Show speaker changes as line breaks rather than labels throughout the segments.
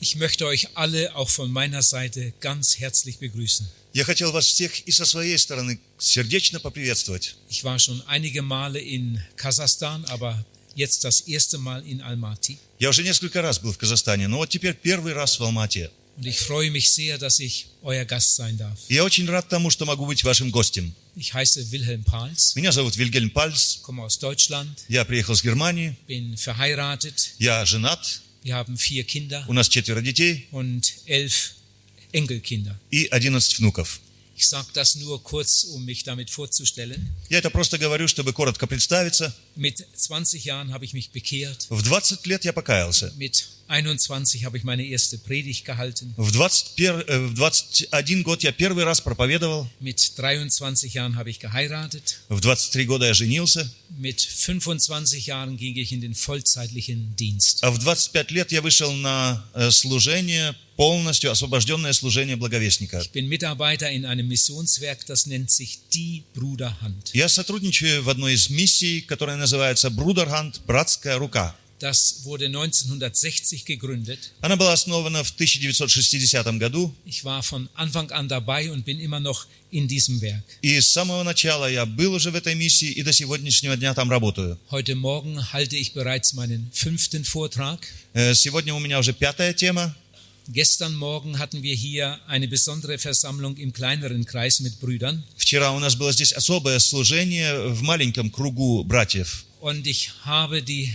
Ich möchte euch alle auch von meiner Seite ganz herzlich begrüßen.
Я хотел вас всех и со своей стороны сердечно поприветствовать.
Ich war schon einige Male in Kasachstan, aber jetzt das erste Mal in Almaty.
Я уже несколько раз был в Казахстане, но вот теперь первый раз в Алмате.
Und ich freue mich sehr, dass ich euer Gast sein darf.
И я очень рад тому, что могу быть вашим гостем.
Ich heiße Wilhelm Pahls,
Меня зовут Вильгельм Пальц,
komme aus Deutschland,
я приехал с Германии,
bin verheiratet.
я женат,
Wir haben vier Kinder
у нас четверо детей
und elf Enkelkinder.
и 11 внуков.
Ich sage das nur kurz, um mich damit vorzustellen.
Я это просто говорю, чтобы коротко представиться.
Mit 20 Jahren habe ich mich bekehrt.
В 20 лет я покаялся.
Mit 21 habe ich meine erste Predigt gehalten.
В, 21, э, в 21 год я первый раз проповедовал,
Mit 23 Jahren habe ich geheiratet.
в 23 года я женился,
Mit 25 Jahren ging ich in den vollzeitlichen Dienst.
а в 25 лет я вышел на э, служение, полностью освобожденное служение благовестника.
Ich bin Mitarbeiter in einem Missionswerk, das nennt sich Die Bruderhand.
Я сотрудничаю в одной из миссий, которая называется «Брудерханд. Братская рука».
Das wurde 1960 gegründet.
Она была основана в 1960 году,
Ich war von Anfang an dabei und bin immer noch in diesem Werk.
и с самого начала я был уже в этой миссии и до сегодняшнего дня там работаю.
Heute Morgen halte ich bereits meinen fünften Vortrag.
Э, Сегодня у меня уже пятая тема.
Gestern Morgen hatten wir hier eine besondere Versammlung im kleineren Kreis mit Brüdern.
Вчера у нас было здесь особое служение в маленьком кругу братьев.
Und ich habe die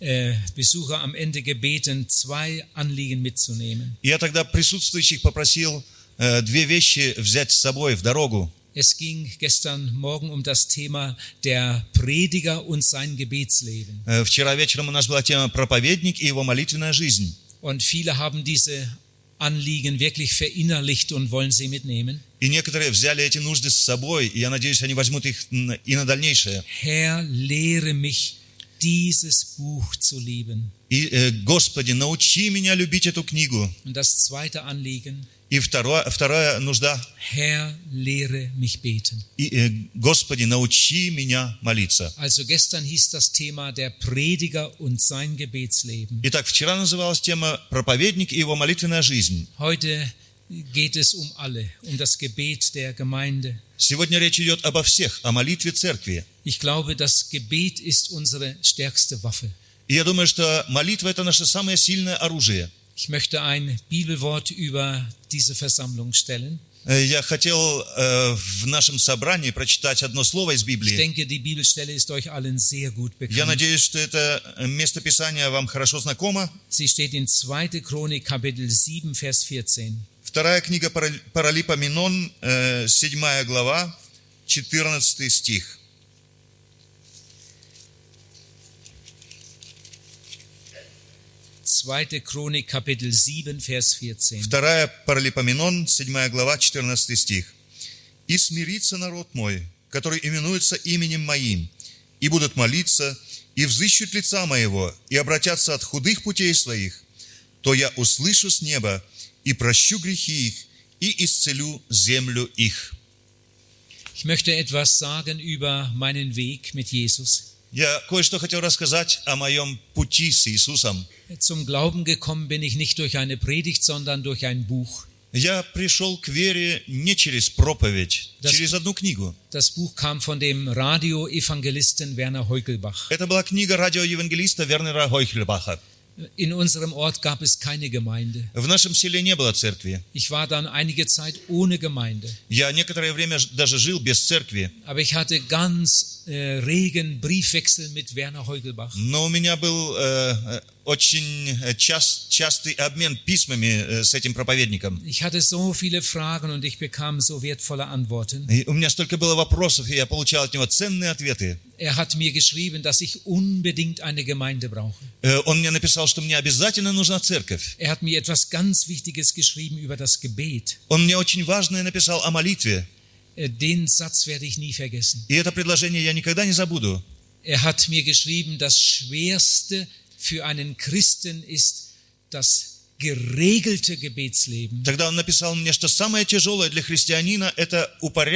äh, Besucher am Ende gebeten, zwei Anliegen mitzunehmen.
И Я тогда присутствующих попросил э, две вещи взять с собой в дорогу.
Es ging gestern Morgen um das Thema der Prediger und sein Gebetsleben.
Э, Вчера вечером у нас была тема «Проповедник и его молитвенная жизнь».
Und viele haben diese Anliegen wirklich verinnerlicht und wollen sie mitnehmen.
И некоторые взяли эти нужды с собой, и я надеюсь, они возьмут их н- и на дальнейшее.
Herr, lehre mich, dieses Buch zu lieben.
И, э, Господи, научи меня любить эту книгу.
Und das zweite Anliegen,
И второе, вторая нужда.
Herr, lehre mich beten.
И, э, Господи, научи меня молиться.
Also gestern hieß das Thema der Prediger und sein Gebetsleben.
Итак, вчера называлась тема «Проповедник и его молитвенная жизнь».
Heute geht es um alle, um das Gebet der Gemeinde.
Сегодня речь идет обо всех, о молитве церкви.
Ich glaube, das Gebet ist unsere stärkste Waffe.
И я думаю, что молитва – это наше самое сильное оружие.
Ich möchte ein Bibelwort über diese Versammlung stellen.
Э, Я хотел э, в нашем собрании прочитать одно слово из
Ich
Библии.
denke, die Bibelstelle ist euch allen sehr gut
Я
bekannt.
надеюсь, что это э, местописание вам хорошо знакомо.
Sie steht in 2. Chronik Kapitel 7 Vers 14.
Вторая книга Парал- Паралипоменон, 7 э, глава, 14 стих.
Zweite Chronik Kapitel 7 Vers 14.
Вторая Паралипоменон, 7 глава, 14 стих. «И смирится народ мой, который именуется именем моим, и будут молиться, и взыщут лица моего, и обратятся от худых путей своих, то я услышу с неба, и прощу грехи их, и исцелю землю их».
Ich möchte etwas sagen über meinen Weg mit Jesus.
Я кое-что хотел рассказать о моем пути с Иисусом.
Zum Glauben gekommen bin ich nicht durch eine Predigt, sondern durch ein Buch.
Я пришел к вере не через проповедь,
Да.
через одну книгу.
Das Buch kam von dem Radio-Evangelisten Werner Heukelbach.
Это была книга радиоевангелиста Вернера Хойхельбаха.
In unserem Ort gab es keine Gemeinde.
В нашем селе не было церкви.
Ich war dann einige Zeit ohne Gemeinde.
Я некоторое время ж- даже жил без церкви,
Aber ich hatte ganz äh, regen Briefwechsel mit Werner Heukelbach.
но у меня был э, э, очень э, час- частый обмен письмами э, с этим проповедником.
Ich hatte so viele Fragen und ich bekam so wertvolle Antworten.
И у меня столько было вопросов, и я получал от него ценные ответы.
Er hat mir geschrieben, dass ich unbedingt eine Gemeinde brauche.
Э, Он мне написал, что мне обязательно нужна церковь.
Er hat mir etwas ganz Wichtiges geschrieben über das Gebet.
Он мне очень важное написал о молитве.
Äh, Den Satz werde ich nie vergessen.
И это предложение я никогда не забуду.
Er hat mir geschrieben, das Schwerste für einen Christen ist das geregelte Gebetsleben.
Тогда он написал мне, что самое тяжелое для христианина – это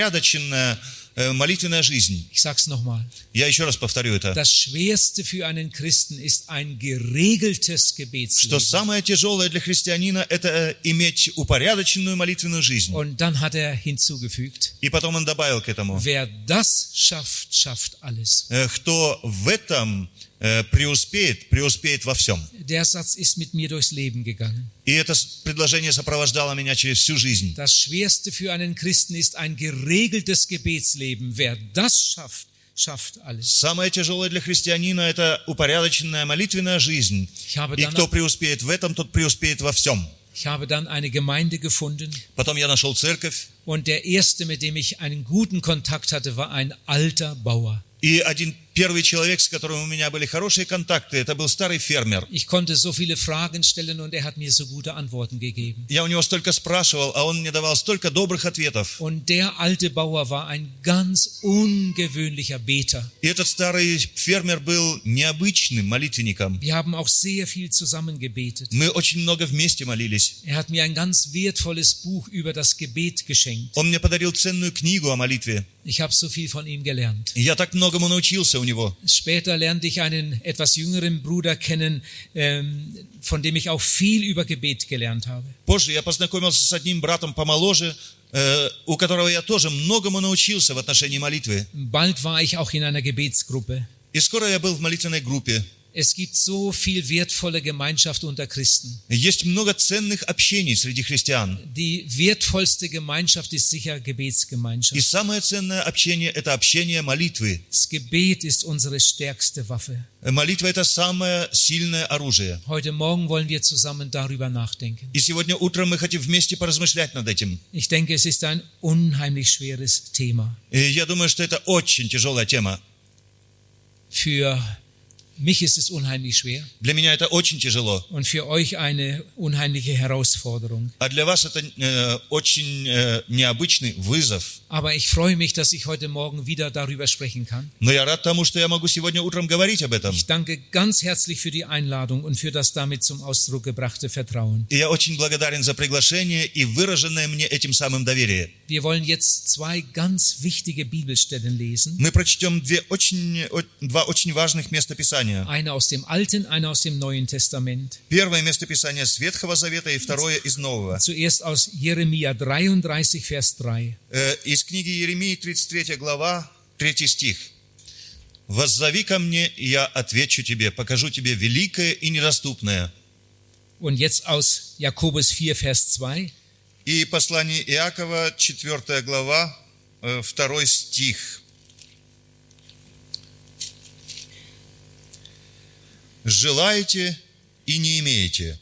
упорядоченная э, молитвенная жизнь.
Ich sag's nochmal.
Я еще раз повторю это.
Das Schwerste für einen Christen ist ein geregeltes
Что
Gebetsleben.
самое тяжелое для христианина – это э, иметь упорядоченную молитвенную жизнь.
Und dann hat er hinzugefügt,
И потом он добавил к этому,
wer das schafft, schafft alles.
э, кто в этом э, преуспеет, преуспеет во всем.
Der Satz ist mit mir durchs Leben gegangen.
И это с- предложение сопровождало меня через всю жизнь.
Das Schwerste für einen Christen ist ein geregeltes Gebetsleben. Wer das schafft, schafft alles.
Самое тяжелое для христианина – это упорядоченная молитвенная жизнь.
Ich habe,
И кто
dann,
преуспеет в этом, тот преуспеет во всем.
ich habe dann eine Gemeinde gefunden
Потом я нашел церковь,
und der erste, mit dem ich einen guten Kontakt hatte, war ein alter Bauer.
и один первый человек, с которым у меня были хорошие контакты, это был старый фермер.
Ich konnte so viele Fragen stellen und er hat mir so gute Antworten gegeben.
Я у него столько спрашивал, а он мне давал столько добрых ответов.
Und der alte Bauer war ein ganz ungewöhnlicher Beter.
И этот старый фермер был необычным молитвенником.
Wir haben auch sehr viel zusammen gebetet.
Мы очень много вместе молились.
Er hat mir ein ganz wertvolles Buch über das Gebet geschenkt.
Он мне подарил ценную книгу о молитве.
Ich habe so viel von ihm gelernt.
И Я так многому научился у него.
Später lernte ich einen etwas jüngeren Bruder kennen, ähm, von dem ich auch viel über Gebet gelernt habe.
Позже я познакомился с одним братом помоложе, э, у которого я тоже многому научился в отношении молитвы.
Bald war ich auch in einer Gebetsgruppe.
И скоро я был в молитвенной группе.
Es gibt so viel wertvolle Gemeinschaft unter Christen.
Есть много ценных общений среди христиан.
Die wertvollste Gemeinschaft ist sicher
И
Gebetsgemeinschaft.
самое ценное общение – это общение молитвы.
Das Gebet ist unsere stärkste Waffe.
Молитва – это самое сильное оружие.
Heute Morgen wollen wir zusammen darüber nachdenken.
И сегодня утром мы хотим вместе поразмышлять над этим.
Ich denke, es ist ein unheimlich schweres Thema.
И я думаю, что это очень тяжелая тема.
Für mich ist es unheimlich schwer
Для меня это очень тяжело,
und für euch eine unheimliche Herausforderung.
а для вас это э, очень э, необычный вызов.
Aber ich freue mich, dass ich heute Morgen wieder darüber sprechen kann.
Но я рад тому, что я могу сегодня утром говорить об этом.
Ich danke ganz herzlich für die Einladung und für das damit zum Ausdruck gebrachte Vertrauen.
И я очень благодарен за приглашение и выраженное мне этим самым доверие.
Wir wollen jetzt zwei ganz wichtige Bibelstellen lesen.
Мы прочтем две очень, о- два очень важных местописания.
Eine aus dem Alten, eine aus dem Neuen Testament.
Первое местописание с Ветхого Завета и второе из Нового.
Zuerst aus Jeremia 33, Vers 3.
Э, Из книги Еремии, 33 глава, 3 стих. «Воззови ко мне, и я отвечу тебе, покажу тебе великое и недоступное».
Und jetzt aus Jakobus 4, Vers 2.
И послание Иакова, 4 глава, 2 стих. «Желаете и не имеете,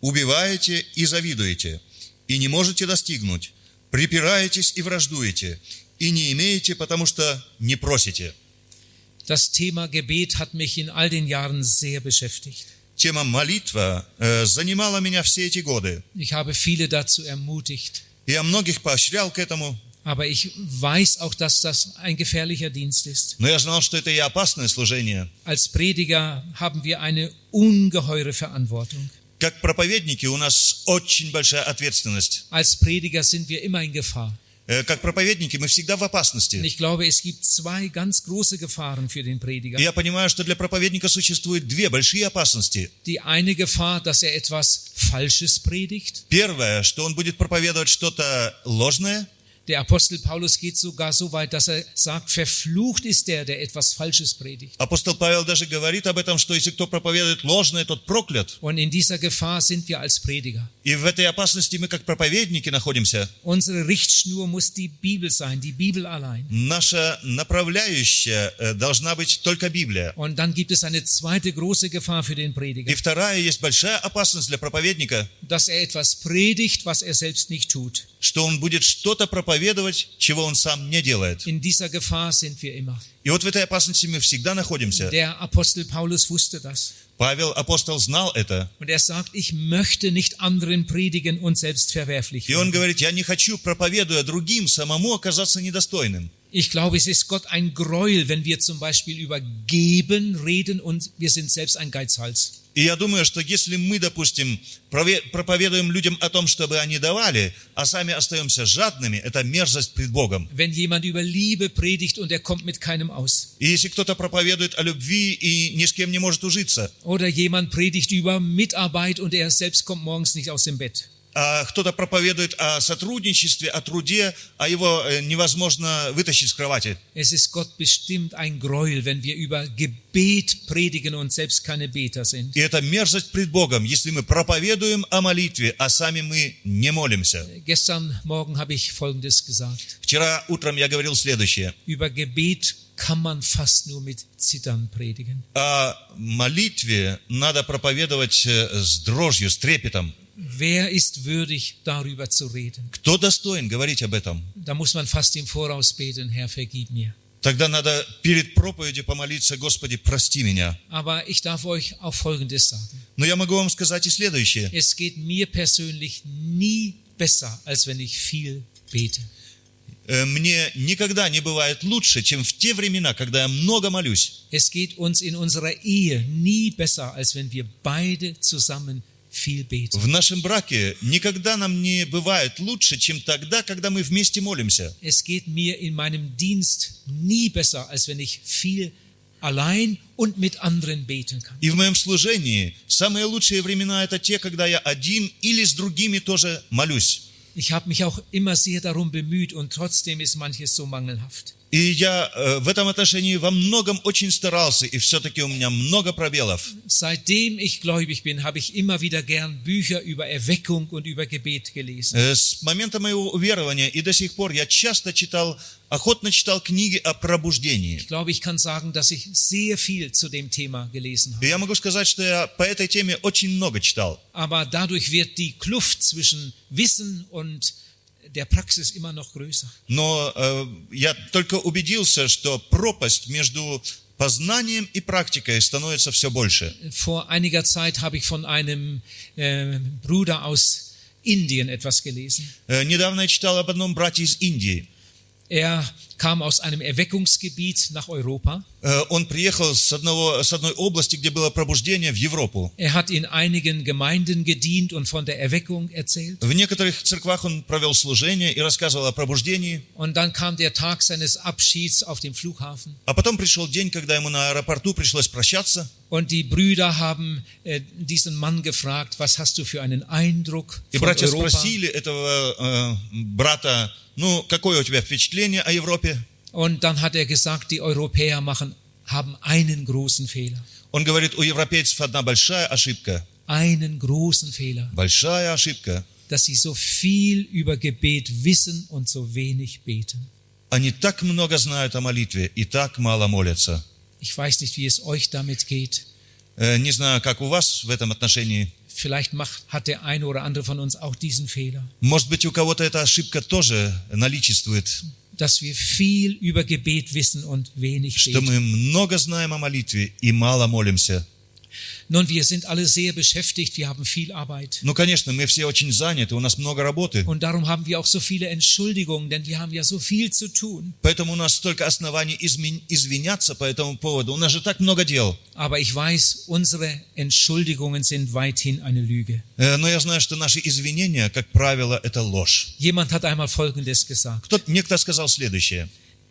убиваете и завидуете, и не можете достигнуть, припираетесь и враждуете, и не имеете, потому что не просите».
Das Thema Gebet hat mich in all den Jahren sehr beschäftigt.
Тема молитва э, занимала меня все эти годы.
Ich habe viele dazu ermutigt.
Я многих поощрял к этому,
Aber ich weiß auch, dass das ein gefährlicher Dienst ist.
но я знал, что это и опасное служение.
Als Prediger haben wir eine ungeheure Verantwortung.
Как проповедники у нас очень большая ответственность.
Als Prediger sind wir immer in Gefahr.
Э, Как проповедники мы всегда в
Und
опасности.
ich glaube, es gibt zwei ganz große Gefahren für den Prediger.
И я понимаю, что для проповедника существует две большие опасности.
Die eine Gefahr, dass er etwas Falsches predigt.
Первое, что он будет проповедовать что-то ложное.
Der Apostel Paulus geht sogar so weit, dass er sagt, verflucht ist der, der etwas Falsches predigt.
Апостол Павел даже говорит об этом, что если кто проповедует ложное, тот проклят.
Und in dieser Gefahr sind wir als Prediger.
И в этой опасности мы как проповедники находимся.
Unsere Richtschnur muss die Bibel sein, die Bibel allein.
Наша направляющая э, должна быть только Библия.
Und dann gibt es eine zweite große Gefahr für den Prediger.
И вторая есть большая опасность для проповедника,
dass er etwas predigt, was er selbst nicht tut.
что он будет что-то проповедовать, чего он сам не делает.
In dieser Gefahr sind wir immer.
И вот в этой опасности мы всегда находимся.
Der Apostel Paulus wusste das.
Павел, апостол, знал это.
Und er sagt, ich möchte nicht anderen predigen und selbst verwerflich
И он
werden.
говорит, я не хочу, проповедуя другим, самому оказаться недостойным.
Ich glaube, es ist Gott ein Gräuel, wenn wir zum Beispiel über Geben reden und wir sind selbst ein Geizhals.
И я думаю, что если мы, допустим, прове- проповедуем людям о том, чтобы они давали, а сами остаемся жадными, это мерзость пред Богом.
Wenn jemand über Liebe predigt und er kommt mit keinem aus.
И если кто-то проповедует о любви и ни с кем не может ужиться,
Oder jemand predigt über Mitarbeit und er selbst kommt morgens nicht aus dem Bett.
а кто-то проповедует о сотрудничестве, о труде, а его э, невозможно вытащить с кровати.
Es ist Gott bestimmt ein Gräuel, wenn wir über Gebet predigen und selbst keine Beter sind.
И это мерзость пред Богом, если мы проповедуем о молитве, а сами мы не молимся.
Gestern Morgen habe ich Folgendes gesagt.
Вчера утром я говорил следующее.
Über Gebet kann man fast nur mit Zittern predigen.
О молитве надо проповедовать э, с дрожью, с трепетом.
Wer ist würdig, darüber zu reden?
Кто достоин говорить об этом?
Da muss man fast im Voraus beten, Herr, vergib mir.
Тогда надо перед проповедью помолиться, Господи, прости меня.
Aber ich darf euch auch Folgendes sagen.
Но я могу вам сказать и следующее.
Es geht mir persönlich nie besser, als wenn ich viel bete.
Э, Мне никогда не бывает лучше, чем в те времена, когда я много молюсь.
Es geht uns in unserer Ehe nie besser, als wenn wir beide zusammen viel beten.
В нашем браке никогда нам не бывает лучше, чем тогда, когда мы вместе молимся.
Es geht mir in meinem Dienst nie besser, als wenn ich viel allein und mit anderen beten kann.
И в моем служении самые лучшие времена – это те, когда я один или с другими тоже молюсь.
Ich habe mich auch immer sehr darum bemüht und trotzdem ist manches so mangelhaft.
И я э, в этом отношении во многом очень старался, и все-таки у меня много пробелов.
Seitdem ich gläubig bin, habe ich immer wieder gern Bücher über Erweckung und über Gebet gelesen.
Э, С момента моего уверования и до сих пор я часто читал, охотно читал книги о пробуждении.
Ich glaube, ich kann sagen, dass ich sehr viel zu dem Thema gelesen
И
habe.
я могу сказать, что я по этой теме очень много читал.
Aber dadurch wird die Kluft zwischen Wissen und der Praxis immer noch größer.
Но э, я только убедился, что пропасть между познанием и практикой становится все больше.
Vor einiger Zeit habe ich von einem äh, Bruder aus Indien etwas gelesen.
Э, недавно я читал об одном брате из Индии.
Er kam aus einem Erweckungsgebiet nach Europa.
Э, он приехал с, одного, с одной области, где было пробуждение, в Европу.
Er hat in einigen Gemeinden gedient und von der Erweckung erzählt.
В некоторых церквах он провел служение и рассказывал о пробуждении.
Und dann kam der Tag seines Abschieds auf dem Flughafen.
А потом пришел день, когда ему на аэропорту пришлось прощаться.
Und die Brüder haben äh, diesen Mann gefragt, was hast du für einen Eindruck
И
von
братья
Europa?
спросили этого э, брата, ну, какое у тебя впечатление о Европе?
Und dann hat er gesagt, die Europäer machen, haben einen großen Fehler.
Он говорит, у европейцев одна большая ошибка.
Einen großen Fehler,
Большая ошибка.
dass sie so viel über Gebet wissen und so wenig beten.
Они так много знают о молитве и так мало молятся.
Ich weiß nicht, wie es euch damit geht.
Э, Не знаю, как у вас в этом отношении.
Vielleicht macht, hat der eine oder andere von uns auch diesen Fehler,
Может быть, у кого-то эта ошибка тоже наличествует,
dass wir viel über Gebet wissen und wenig
что
beten.
мы много знаем о молитве и мало молимся.
Nun, wir sind alle sehr beschäftigt, wir haben viel Arbeit.
Ну, конечно, мы все очень заняты, у нас много работы,
Und darum haben wir auch so viele Entschuldigungen, denn wir haben ja so viel zu tun.
поэтому у нас столько оснований измен- извиняться по этому поводу. У нас же так много дел.
Aber ich weiß, unsere Entschuldigungen sind weithin eine Lüge.
Э, Но я знаю, что наши извинения, как правило, это ложь.
Jemand hat einmal Folgendes gesagt.
Кто-то, некто сказал следующее.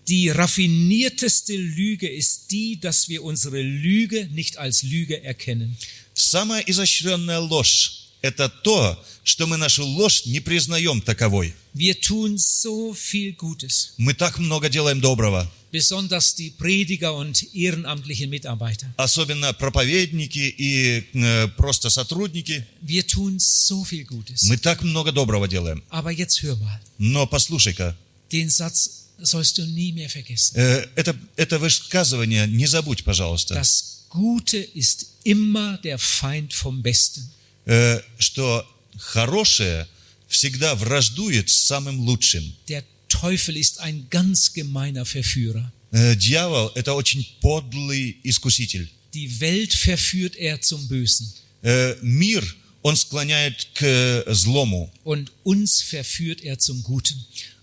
Die raffinierteste Lüge ist die, dass wir unsere Lüge nicht als Lüge erkennen.
Самая изощренная ложь – это то, что мы нашу ложь не признаем таковой.
Wir tun so viel Gutes,
Мы так много делаем доброго.
besonders die Prediger und ehrenamtlichen Mitarbeiter.
Особенно проповедники и э, просто сотрудники.
Wir tun so viel Gutes.
Мы так много доброго делаем.
Aber jetzt hör mal,
Но послушай-ка,
den Satz sollst du nie mehr vergessen.
э, это, это высказывание не забудь, пожалуйста,
Das Gute ist immer der Feind vom Besten.
э, что хорошее всегда враждует с самым лучшим.
Der Teufel ist ein ganz gemeiner Verführer.
Э, Дьявол – это очень подлый искуситель.
Die Welt verführt er zum Bösen
Э, Мир он склоняет к э, злому,
und uns verführt er zum Guten.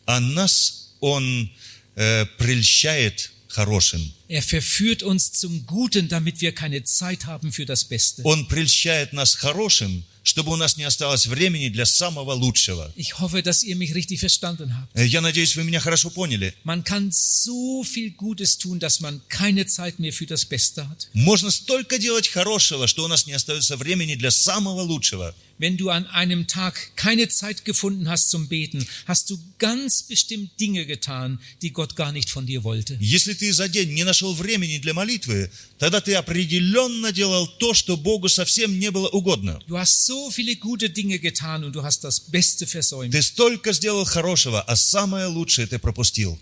а нас он э, прельщает хорошим.
Er verführt uns zum Guten, damit wir keine Zeit haben für das Beste.
Он прельщает нас хорошим, чтобы у нас не осталось времени для самого лучшего.
Ich hoffe, dass ihr mich richtig verstanden habt.
Э, Я надеюсь, вы меня хорошо поняли.
Man kann so viel Gutes tun, dass man keine Zeit mehr für das Beste hat.
Можно столько делать хорошего, что у нас не остается времени для самого лучшего.
Wenn du an einem Tag keine Zeit gefunden hast zum Beten, hast du ganz bestimmt Dinge getan, die Gott gar nicht von dir wollte.
Если ты за день не нашел времени для молитвы, тогда ты определенно делал то, что Богу совсем не было угодно.
Du hast so viele gute Dinge getan und du hast das Beste versäumt.
Ты столько сделал хорошего, а самое лучшее ты пропустил.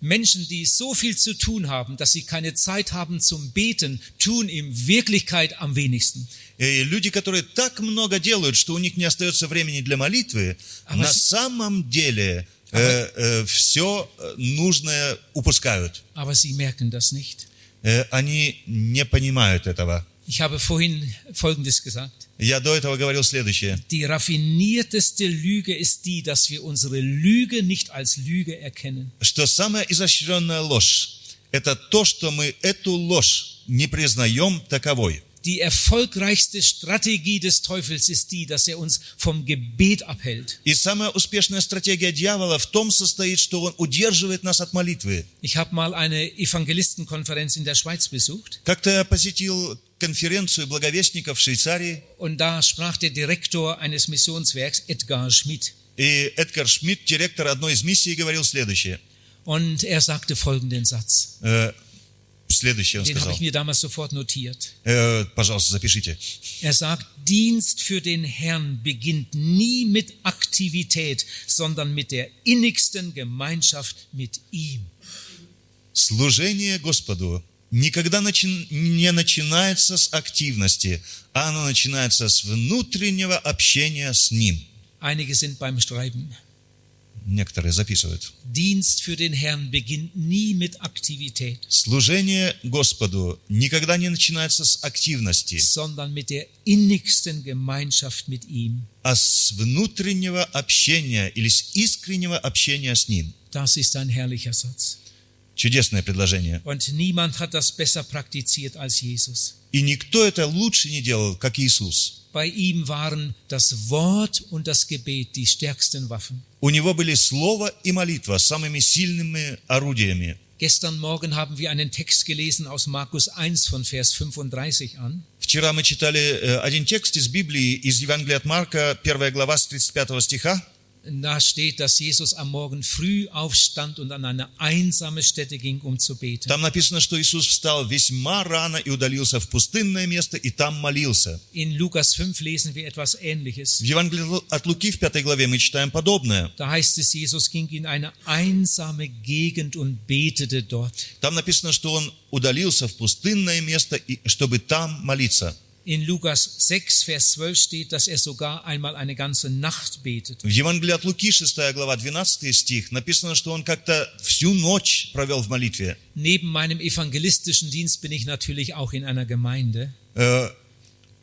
Menschen, die so viel zu tun haben, dass sie keine Zeit haben zum Beten, tun in Wirklichkeit am wenigsten.
И люди, которые так много делают, что у них не остается времени для молитвы,
А
на
вот-
самом деле все нужное упускают.
Aber sie merken das nicht.
Э, они не понимают этого.
Ich habe vorhin Folgendes gesagt.
Я до этого говорил следующее.
Die raffinierteste Lüge ist die, dass wir unsere Lüge nicht als Lüge erkennen.
что самая изощренная ложь – это то, что мы эту ложь не признаем таковой.
Die erfolgreichste Strategie des Teufels ist die, dass er uns vom Gebet abhält.
И самая успешная стратегия дьявола в том состоит, что он удерживает нас от молитвы.
Ich habe mal eine Evangelistenkonferenz in der Schweiz besucht
Как-то я посетил конференцию благовестников в Швейцарии,
und da sprach der Direktor eines Missionswerks, Edgar Schmidt.
и Эдгар Шмидт, директор одной из миссий, говорил следующее.
Und er sagte folgenden Satz.
Э, следующее он
Den habe
сказал.
ich mir damals sofort notiert.
Э, пожалуйста, запишите.
Er sagt, Dienst für den Herrn beginnt nie mit Aktivität, sondern mit der innigsten Gemeinschaft mit ihm.
Служение Господу никогда начи- не начинается с активности, а оно начинается с внутреннего общения с Ним.
Einige sind beim Schreiben.
Некоторые записывают.
Dienst für den Herrn beginnt nie mit Aktivität,
Служение Господу никогда не начинается с активности,
sondern mit der innigsten Gemeinschaft mit ihm.
а с внутреннего общения или с искреннего общения с Ним.
Das ist ein herrlicher Satz.
Чудесное предложение.
Und niemand hat das besser praktiziert als Jesus.
И никто это лучше не делал, как Иисус.
Bei ihm waren das Wort und das Gebet die stärksten Waffen.
У него были слово и молитва самыми сильными орудиями.
Gestern Morgen haben wir einen Text gelesen aus Markus 1 von Vers 35 an.
Вчера мы читали э, один текст из Библии, из Евангелия от Марка, первая глава с 35 стиха.
Da steht, dass Jesus am Morgen früh aufstand und an eine einsame Stätte ging, um zu beten.
Там написано, что Иисус встал весьма рано и удалился в пустынное место, и там молился.
In Lukas 5 lesen wir etwas Ähnliches.
В Евангелии Лу- от Луки в пятой главе мы читаем подобное.
Da heißt es, Jesus ging in eine einsame Gegend und betete dort.
Там написано, что он удалился в пустынное место, и- чтобы там молиться.
In Lukas 6, Vers 12 steht, dass er sogar einmal eine ganze Nacht betete.
В Евангелии от Луки, 6 глава, 12 стих, написано, что он как-то всю ночь провел в молитве.
Neben meinem evangelistischen Dienst bin ich natürlich auch in einer Gemeinde.
Э,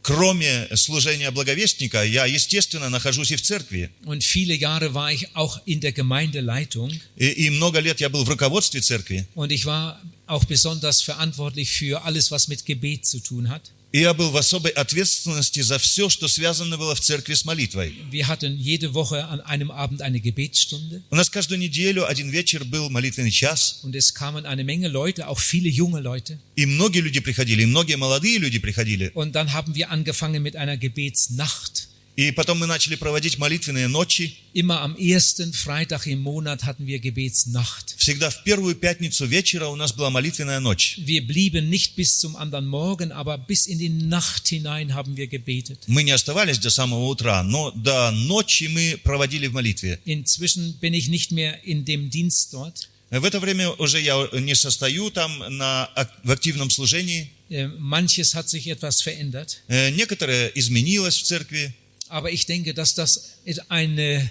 Кроме служения благовестника, я, естественно, нахожусь и в церкви.
Und viele Jahre war ich auch in der Gemeindeleitung.
И, и много лет я был в руководстве церкви.
Und ich war auch besonders verantwortlich für alles, was mit Gebet zu tun hat.
И я был в особой ответственности за все, что связано было в церкви с молитвой.
Wir hatten jede Woche an einem Abend eine Gebetsstunde
У нас каждую неделю один вечер был молитвенный час,
und es kamen eine Menge Leute, auch viele junge Leute.
и многие люди приходили, и многие молодые люди приходили.
Und dann haben wir angefangen mit einer Gebetsnacht.
И потом мы начали проводить молитвенные ночи.
Immer am ersten Freitag im Monat hatten wir Gebetsnacht.
Всегда в первую пятницу вечера у нас была молитвенная ночь.
Wir blieben nicht bis zum anderen Morgen, aber bis in die Nacht hinein haben wir gebetet.
Мы не оставались до самого утра, но до ночи мы проводили в молитве.
Inzwischen bin ich nicht mehr in dem Dienst dort.
В это время уже я не состою там на, ак- в активном служении.
Äh, Manches hat sich etwas verändert.
Э, Некоторое изменилось в церкви.
Aber ich denke, dass das eine,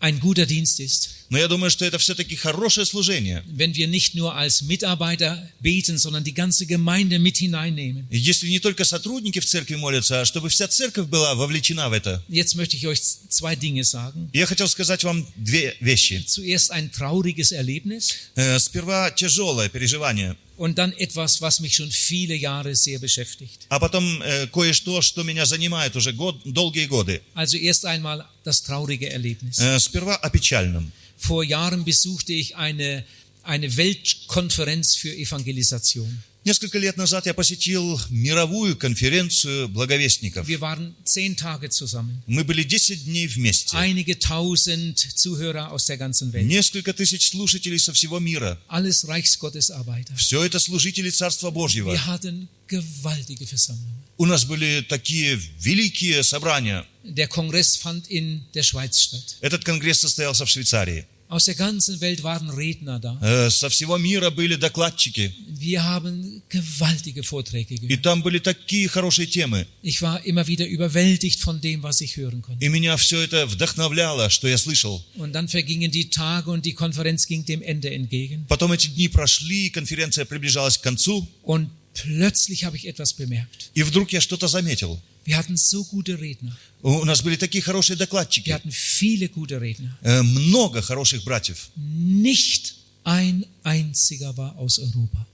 ein guter Dienst ist,
Но я думаю, что это все-таки хорошее служение.
wenn wir nicht nur als Mitarbeiter beten, sondern die ganze Gemeinde mit hineinnehmen.
Если не только сотрудники в церкви молятся, а чтобы вся церковь была вовлечена в это.
Jetzt möchte ich euch zwei Dinge sagen.
Я хотел сказать вам две вещи.
Zuerst ein trauriges Erlebnis.
Э, Сперва тяжелое переживание.
und dann etwas, was mich schon viele Jahre sehr beschäftigt.
А потом э, кое-что, что меня занимает уже год, долгие годы.
Also erst einmal das traurige Erlebnis.
Э, сперва о печальном.
Vor Jahren besuchte ich eine, eine Weltkonferenz für Evangelisation.
Несколько лет назад я посетил мировую конференцию благовестников.
Wir waren zehn Tage zusammen.
Мы были 10 дней вместе.
Einige tausend Zuhörer aus der ganzen Welt.
Несколько тысяч слушателей со всего мира.
Alles Reichsgottesarbeiter.
Все это служители Царства Божьего.
Wir hatten gewaltige Versammlungen.
У нас были такие великие собрания.
Der Kongress fand in der Schweiz statt.
Этот конгресс состоялся в Швейцарии.
Aus der ganzen Welt waren Redner da.
Э, Со всего мира были докладчики.
Wir haben gewaltige Vorträge
И
gehört.
там были такие хорошие темы.
Ich war immer wieder überwältigt von dem, was ich hören konnte.
И меня все это вдохновляло, что я слышал.
Und dann vergingen die Tage und die Konferenz ging dem Ende entgegen.
Потом эти дни прошли, и конференция приближалась к концу.
Und plötzlich habe ich etwas bemerkt.
И вдруг я что-то заметил.
Wir hatten so gute Redner.
У у нас были такие хорошие
Wir
докладчики.
hatten viele gute Redner.
Э, Много хороших братьев.
Nicht ein einziger war aus Europa.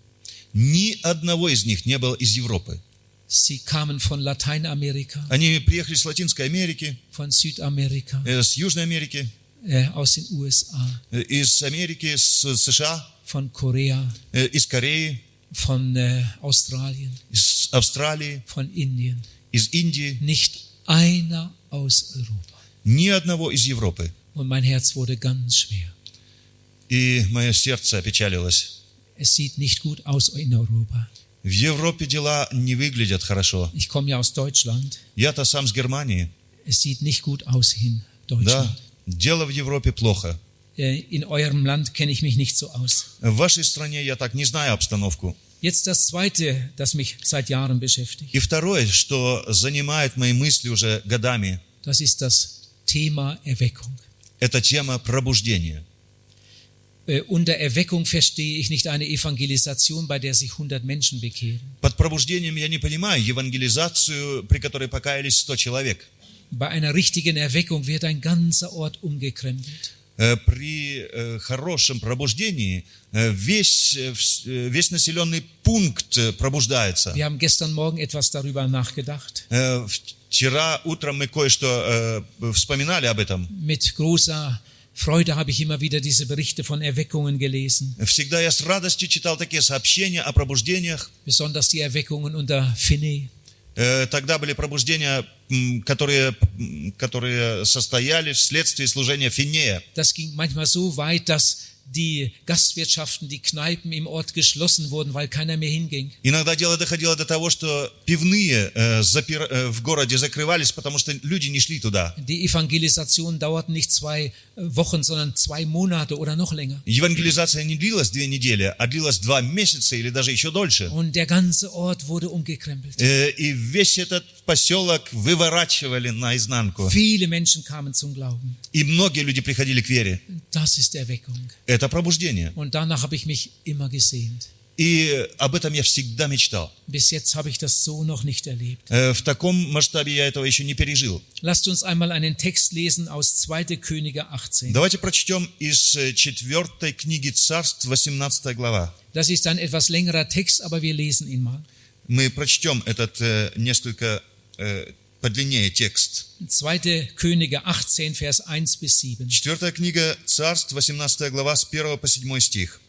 Ни одного из них не было из Европы.
Sie kamen von Lateinamerika,
Они приехали с Латинской Америки,
von Südamerika,
э, с Южной Америки,
äh, aus den USA,
э, из Америки, с США,
von Korea,
э, из Кореи,
von äh, Australien,
из Австралии,
von Indien.
из Индии.
Nicht einer aus Europa.
Ни одного из Европы.
Und mein Herz wurde ganz schwer.
И мое сердце опечалилось.
Es sieht nicht gut aus in Europa.
В Европе дела не выглядят хорошо.
Ich komme ja aus Deutschland.
Я-то сам с Германии.
Es sieht nicht gut aus in
Да,
Deutschland.
дело в Европе плохо.
Äh, In eurem Land kenne ich mich nicht so aus.
В вашей стране я так не знаю обстановку.
Jetzt das Zweite, das mich seit Jahren beschäftigt.
И второе, что занимает мои мысли уже годами,
Das ist das Thema Erweckung.
это тема пробуждения.
Äh, Unter Erweckung verstehe ich nicht eine Evangelisation, bei der sich 100 Menschen bekehren.
Под пробуждением я не понимаю евангелизацию, при которой покаялись 100 человек.
Bei einer richtigen Erweckung wird ein ganzer Ort umgekrempelt.
Э, При э, хорошем пробуждении э, весь, э, вс- э, весь населенный пункт э, пробуждается.
Wir haben gestern Morgen etwas darüber nachgedacht.
Э, Вчера утром мы кое-что э, вспоминали об этом.
Mit großer Freude habe ich immer wieder diese Berichte von Erweckungen gelesen,
Всегда я с радостью читал такие сообщения о пробуждениях.
besonders die Erweckungen unter Finney.
Э, Тогда были пробуждения, м, которые, м, которые состояли вследствие служения Финея.
Das ging manchmal so weit, dass die Gastwirtschaften, die Kneipen im Ort geschlossen wurden, weil keiner mehr hinging.
Иногда дело доходило до того, что пивные э, запир- э, в городе закрывались, потому что люди не шли туда.
Die Evangelisation dauert nicht zwei äh, Wochen, sondern zwei Monate oder noch länger.
Евангелизация не длилась две недели, а длилась два месяца или даже еще дольше.
Und der ganze Ort wurde umgekrempelt.
Э, И весь этот поселок выворачивали наизнанку.
Viele Menschen kamen zum Glauben.
И многие люди приходили к вере.
Das ist Erweckung.
Это пробуждение.
Und danach habe ich mich immer gesehnt.
И об этом я всегда мечтал.
Bis jetzt habe ich das so noch nicht erlebt.
Э, В таком масштабе я этого еще не пережил.
Lasst uns einmal einen Text lesen aus 2. Könige 18.
Давайте прочтем из э, четвертой книги Царств, 18 глава.
Das ist ein etwas längerer Text, aber wir lesen ihn mal.
Мы прочтем этот э, несколько э, подлиннее текст.
2. Könige 18, Vers 1 bis 7.
Четвертая книга Царств, 18 глава, с 1 по 7 стих.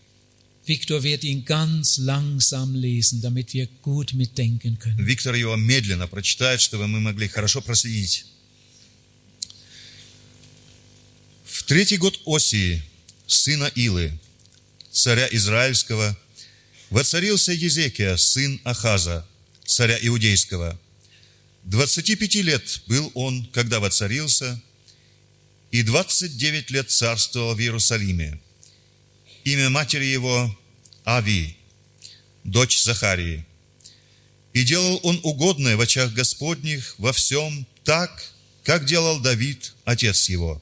Viktor wird ihn ganz langsam lesen, damit wir gut mitdenken können.
Виктор его медленно прочитает, чтобы мы могли хорошо проследить. В третий год Осии, сына Илы, царя Израильского, воцарился Езекия, сын Ахаза, царя Иудейского. 25 лет был он, когда воцарился, и 29 лет царствовал в Иерусалиме. Имя матери его Ави, дочь Захарии. И делал он угодное в очах Господних во всем так, как делал Давид, отец его.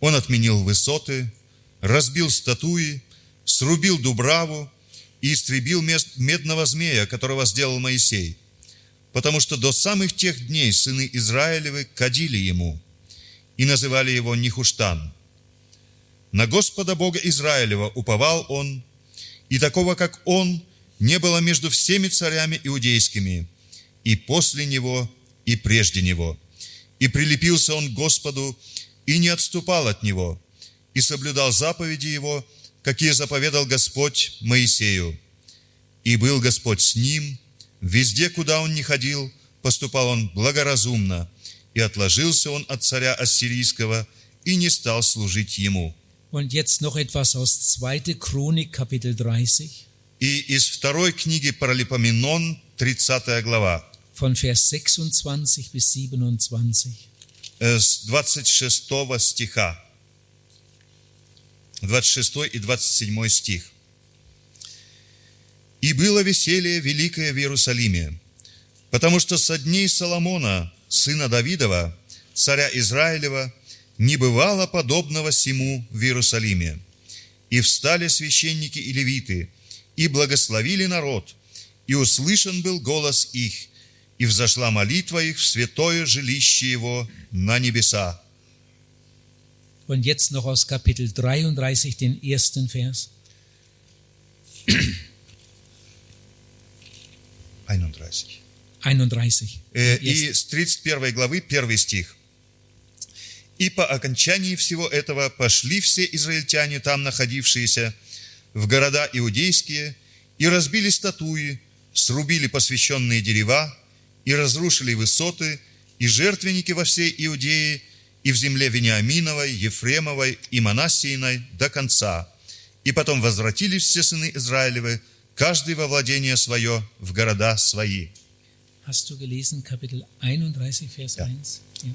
Он отменил высоты, разбил статуи, срубил дубраву и истребил мест- медного змея, которого сделал Моисей, потому что до самых тех дней сыны Израилевы кадили ему и называли его Нихуштан. На Господа Бога Израилева уповал он, и такого, как он, не было между всеми царями иудейскими, и после него, и прежде него. И прилепился он к Господу, и не отступал от него, и соблюдал заповеди его, какие заповедал Господь Моисею. И был Господь с ним, везде, куда он не ходил, поступал он благоразумно, и отложился он от царя Ассирийского, и не стал служить ему».
Und jetzt noch etwas aus 2. Chronik, Kapitel 30,
И из второй книги Паралипоменон, 30 глава,
von Vers 26 bis 27.
э, с 26 стиха. 26 и 27 стих. «И было веселье великое в Иерусалиме, потому что со дней Соломона, сына Давидова, царя Израилева, не бывало подобного сему в Иерусалиме. И встали священники и левиты, и благословили народ, и услышан был голос их, и взошла молитва их в святое жилище его на небеса».
Und jetzt noch aus Kapitel 33, den ersten Vers.
31.
31.
Э,
Den ersten.
И с 31 главы, 1 стих. «И по окончании всего этого пошли все израильтяне, там находившиеся, в города иудейские, и разбили статуи, срубили посвященные дерева, и разрушили высоты, и жертвенники во всей Иудее, и в земле Вениаминовой, Ефремовой и Манасииной до конца. И потом возвратились все сыны Израилевы, каждый во владение свое, в города свои».
Hast du gelesen, Kapitel 31, Vers
Ja.
1? Ja.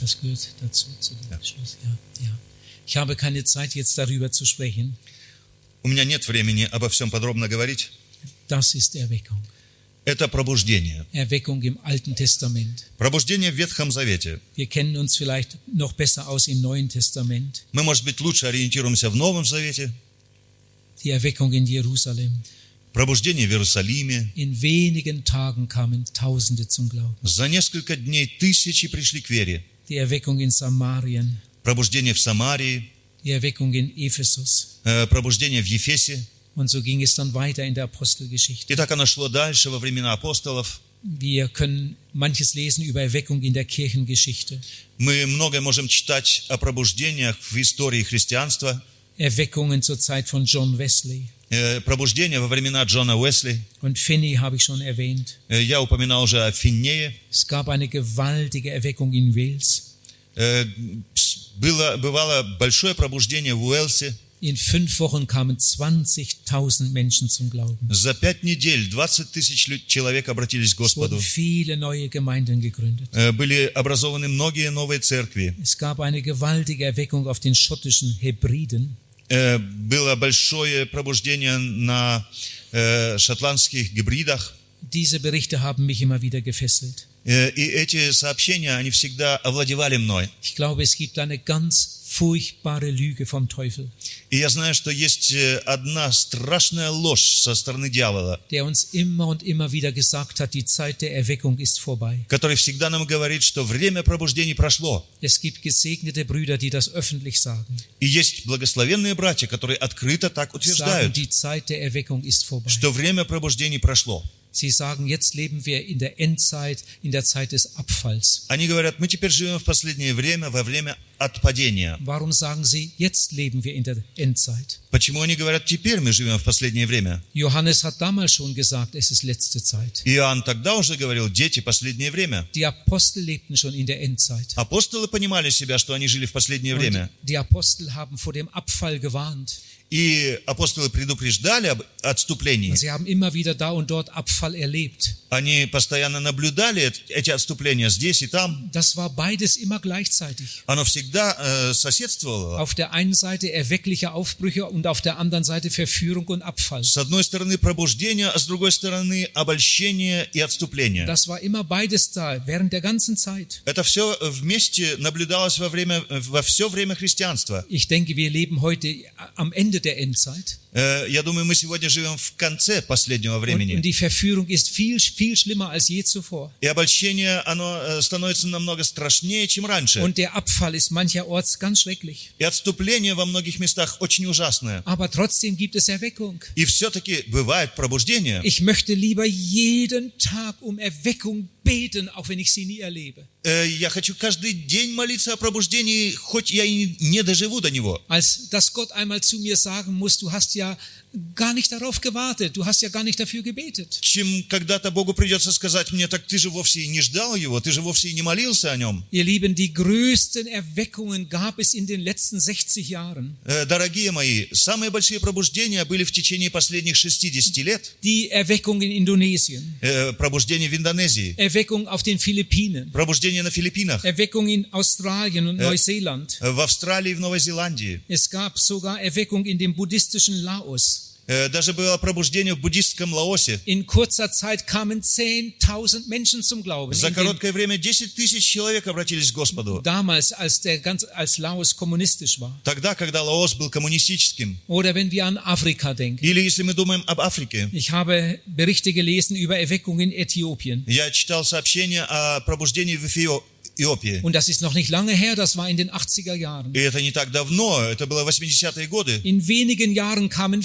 Das gehört dazu, zu dem
Ja.
Schluss. Ja, ja. Ich habe keine Zeit, jetzt darüber zu sprechen.
У меня нет времени обо всем подробно говорить.
Das ist Erweckung.
Это пробуждение.
Erweckung im Alten Testament.
Пробуждение в Ветхом Завете.
Wir kennen uns vielleicht noch besser aus im Neuen Testament.
Мы, может быть, лучше ориентируемся в Новом Завете.
Die Erweckung in Jerusalem.
Пробуждение в Иерусалиме.
In wenigen Tagen kamen Tausende zum Glauben.
За несколько дней тысячи пришли к вере.
Die Erweckung in Samarien.
Пробуждение в Самарии,
Die Erweckung in Ephesus.
э, пробуждение в Ефесе.
Und so ging es dann weiter in der Apostelgeschichte.
И так оно шло дальше во времена апостолов.
Wir können manches lesen über Erweckung in der Kirchengeschichte,
Мы многое можем читать о пробуждениях в истории христианства.
Erweckungen zur Zeit von John Wesley
Э, Пробуждение во времена Джона Уэсли.
und Finney habe ich schon erwähnt.
Э, Я упоминал уже о Финнее.
Es gab eine gewaltige Erweckung in Wales.
Э, с- было, бывало большое пробуждение в Уэлсе.
In fünf Wochen kamen 20.000 Menschen zum Glauben.
За пять недель 20 тысяч лю- человек обратились к
Es wurden
Господу.
viele neue Gemeinden gegründet.
Э, Были образованы многие новые церкви.
Es gab eine gewaltige Erweckung auf den schottischen Hebriden.
Э, Было большое пробуждение на э, шотландских гибридах.
Diese Berichte haben mich immer wieder gefesselt.
Э, И эти сообщения, они всегда овладевали мной.
Ich glaube, es gibt eine ganz furchtbare Lüge vom Teufel,
И я знаю, что есть э, одна страшная ложь со стороны дьявола,
der uns immer und immer wieder gesagt hat, die Zeit der Erweckung ist vorbei.
который всегда нам говорит, что время пробуждений прошло.
Es gibt gesegnete Brüder, die das öffentlich sagen.
И есть благословенные братья, которые открыто так
Sagen,
утверждают.
die Zeit der Erweckung ist vorbei.
что время пробуждений прошло.
Sie sagen, jetzt leben wir in der Endzeit, in der Zeit des Abfalls.
Они говорят, мы теперь живем в последнее время, во время отпадения.
Warum sagen sie, jetzt leben wir in der Endzeit?
Почему они говорят, теперь мы живем в последнее время?
Johannes hat damals schon gesagt, es ist letzte Zeit.
Иоанн тогда уже говорил, дети, последнее время.
Die Apostel lebten schon in der Endzeit.
Апостолы понимали себя, что они жили в последнее
Und
время.
die Apostel haben vor dem Abfall gewarnt.
И апостолы предупреждали об отступлении.
Und sie haben immer wieder da und dort Abfall erlebt.
Они постоянно наблюдали эт- эти отступления здесь и там.
Das war beides immer gleichzeitig.
Оно всегда э, соседствовало.
Auf der einen Seite erweckliche Aufbrüche und auf der anderen Seite Verführung und Abfall.
С одной стороны пробуждение, а с другой стороны обольщение и отступление.
Das war immer beides da, während der ganzen Zeit.
Это все вместе наблюдалось во, время, во все время христианства.
Ich denke, wir leben heute am Ende Ende der Endzeit.
Э, Я думаю, мы сегодня живем в конце последнего
Und, und
времени.
die Verführung ist viel, viel schlimmer als je zuvor.
И обольщение, оно э, становится намного страшнее, чем раньше.
Und der Abfall ist mancherorts ganz schrecklich.
И отступление во многих местах очень ужасное.
Aber trotzdem gibt es Erweckung.
И все-таки бывает пробуждение.
Ich möchte lieber jeden Tag um Erweckung beten, auch wenn ich sie nie erlebe,
Э, Я хочу каждый день молиться о пробуждении, хоть я и не доживу до него.
als dass Gott einmal zu mir sagen muss, du hast ja gar nicht darauf gewartet, du hast ja gar nicht dafür gebetet.
Чем когда-то Богу придется сказать мне, так ты же вовсе и не ждал его, ты же вовсе и не молился о нем.
Ihr Lieben, die größten Erweckungen gab es in den letzten 60 Jahren.
Э, Дорогие мои, самые большие пробуждения были в течение последних 60 лет.
Die Erweckung in Indonesien,
Э, Пробуждение в Индонезии,
Erweckung auf den Philippinen,
пробуждение на Филиппинах, э,
Erweckung in Australien und Neuseeland.
в Австралии и в Новой Зеландии.
Es gab sogar Erweckung in dem buddhistischen Laos.
Э, Даже было пробуждение в буддистском Лаосе.
In kurzer Zeit kamen 10.000 Menschen zum Glauben.
За
In den
короткое время 10 тысяч человек обратились к Господу.
damals, als, der ganz, als Laos kommunistisch war.
Тогда, когда Лаос был коммунистическим.
Oder wenn wir an Afrika denken.
Или если мы думаем об Африке.
Ich habe Berichte gelesen über Erweckung in Äthiopien.
Я читал сообщение о пробуждении в Эфио- Эфиопии.
Und das ist noch nicht lange her, das war in den 80er Jahren.
И это не так давно, это было 80-е годы.
In wenigen Jahren kamen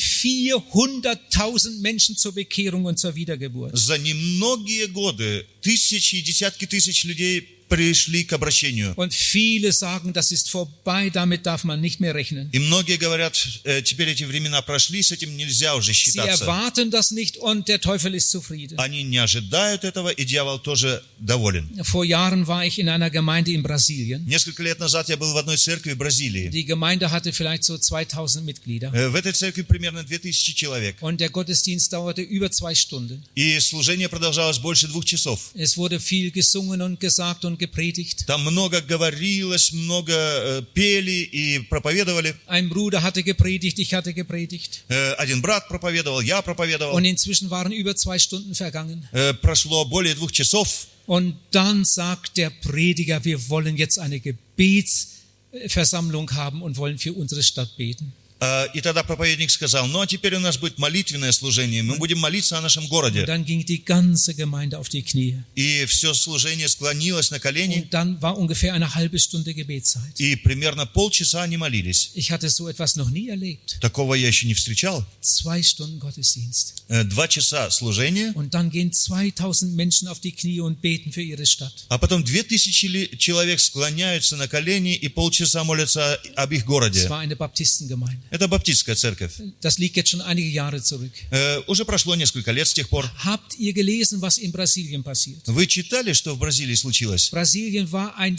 400.000 Menschen zur Bekehrung und zur Wiedergeburt.
За немнogие годы тысячи и десятки тысяч людей пришли к обращению.
Und viele sagen, das ist vorbei, damit darf man nicht mehr rechnen.
И многие говорят, «Э, теперь эти времена прошли, с этим нельзя уже
Sie
считаться.
erwarten das nicht und der Teufel ist zufrieden.
Они не ожидают этого, и дьявол тоже доволен.
Vor Jahren war ich in einer Gemeinde in Brasilien.
Несколько лет назад я был в одной церкви в Бразилии.
Die Gemeinde hatte vielleicht so 2000 Mitglieder.
Э, В этой церкви примерно 2000 человек.
Und der Gottesdienst dauerte über zwei Stunden.
И служение продолжалось больше двух часов.
Es wurde viel gesungen und gesagt und gepredigt.
Там много говорилось, много э, пели и проповедовали.
Ein Bruder hatte gepredigt, ich hatte gepredigt.
Э, Один брат проповедовал, я проповедовал.
Und inzwischen waren über zwei Stunden vergangen.
Э, Прошло более двух часов.
Und dann sagt der Prediger, wir wollen jetzt eine Gebetsversammlung haben und wollen für unsere Stadt beten.
Э, И тогда проповедник сказал, ну а теперь у нас будет молитвенное служение, мы будем молиться о нашем
Und
городе.
dann ging die ganze Gemeinde auf die Knie.
И все служение склонилось на колени,
Und dann war ungefähr eine halbe Stunde Gebetszeit.
и примерно полчаса они молились.
Ich hatte so etwas noch nie erlebt.
Такого я еще не встречал.
Zwei Stunden Gottesdienst.
Э, Два часа служения,
Und dann gehen 2000 Menschen auf die Knie und beten für ihre Stadt.
а потом две тысячи ли- человек склоняются на колени и полчаса молятся об их
Es
городе.
war eine Baptistengemeinde.
Это баптистская церковь.
Das liegt jetzt schon einige Jahre zurück.
Э, Уже прошло несколько лет с тех пор.
Habt ihr gelesen, was in Brasilien passiert?
Вы читали, что в Бразилии случилось?
Brasilien war ein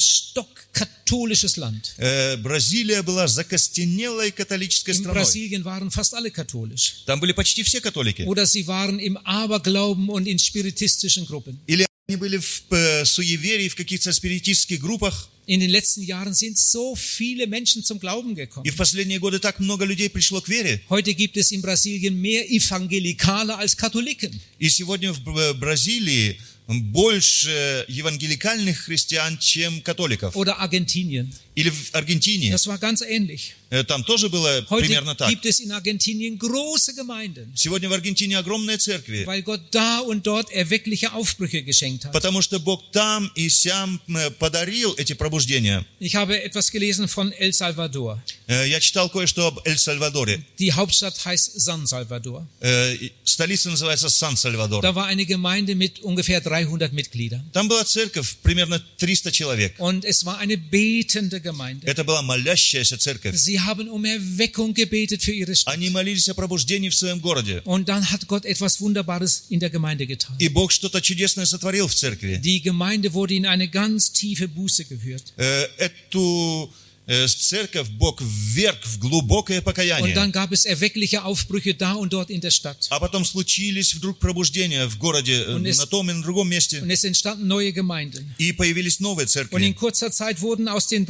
stockkatholisches Land.
Э, Бразилия была закостенелой католической
In
страной.
Brasilien waren fast alle katholisch.
Там были почти все католики.
Oder sie waren im Aberglauben und in spiritistischen Gruppen.
Или они были в э, суеверии, в каких-то спиритистских группах.
In den letzten Jahren sind so viele Menschen zum Glauben gekommen.
И в последние годы так много людей пришло к вере.
Heute gibt es in Brasilien mehr Evangelikale als Katholiken.
И сегодня в Б- Бразилии больше евангеликальных христиан, чем католиков.
Oder Argentinien.
Или в Аргентине.
Das war ganz ähnlich.
Э, Там тоже было примерно
Heute
так.
gibt es in Argentinien große Gemeinden,
Сегодня в Аргентине огромные церкви.
weil Gott da und dort erweckliche Aufbrüche geschenkt hat.
Потому что Бог там и сям э, подарил эти пробуждения.
Ich habe etwas gelesen von El Salvador.
Э, Я читал кое-что об Эль-Сальвадоре.
Die Hauptstadt heißt San Salvador.
Э, и Столица называется Сан-Сальвador.
Da war eine Gemeinde mit ungefähr 300 Mitgliedern.
Там была церковь, примерно 300 человек.
Und es war eine betende Gemeinde.
Это была молящаяся церковь.
Sie haben um Erweckung gebetet für ihre Stadt.
Они молились о пробуждении в своем городе.
Und dann hat Gott etwas Wunderbares in der Gemeinde getan.
И Бог что-то чудесное сотворил в церкви.
Die Gemeinde wurde in eine ganz tiefe Buße geführt.
Э, Эту э, церковь Бог вверг в глубокое
Und
покаяние.
dann gab es erweckliche Aufbrüche da und dort in der Stadt.
А потом случились вдруг пробуждения в городе э,
Он из-
на том и на другом месте.
Und es entstanden neue Gemeinden.
И появились новые
Und in
церкви.
kurzer Zeit wurden aus den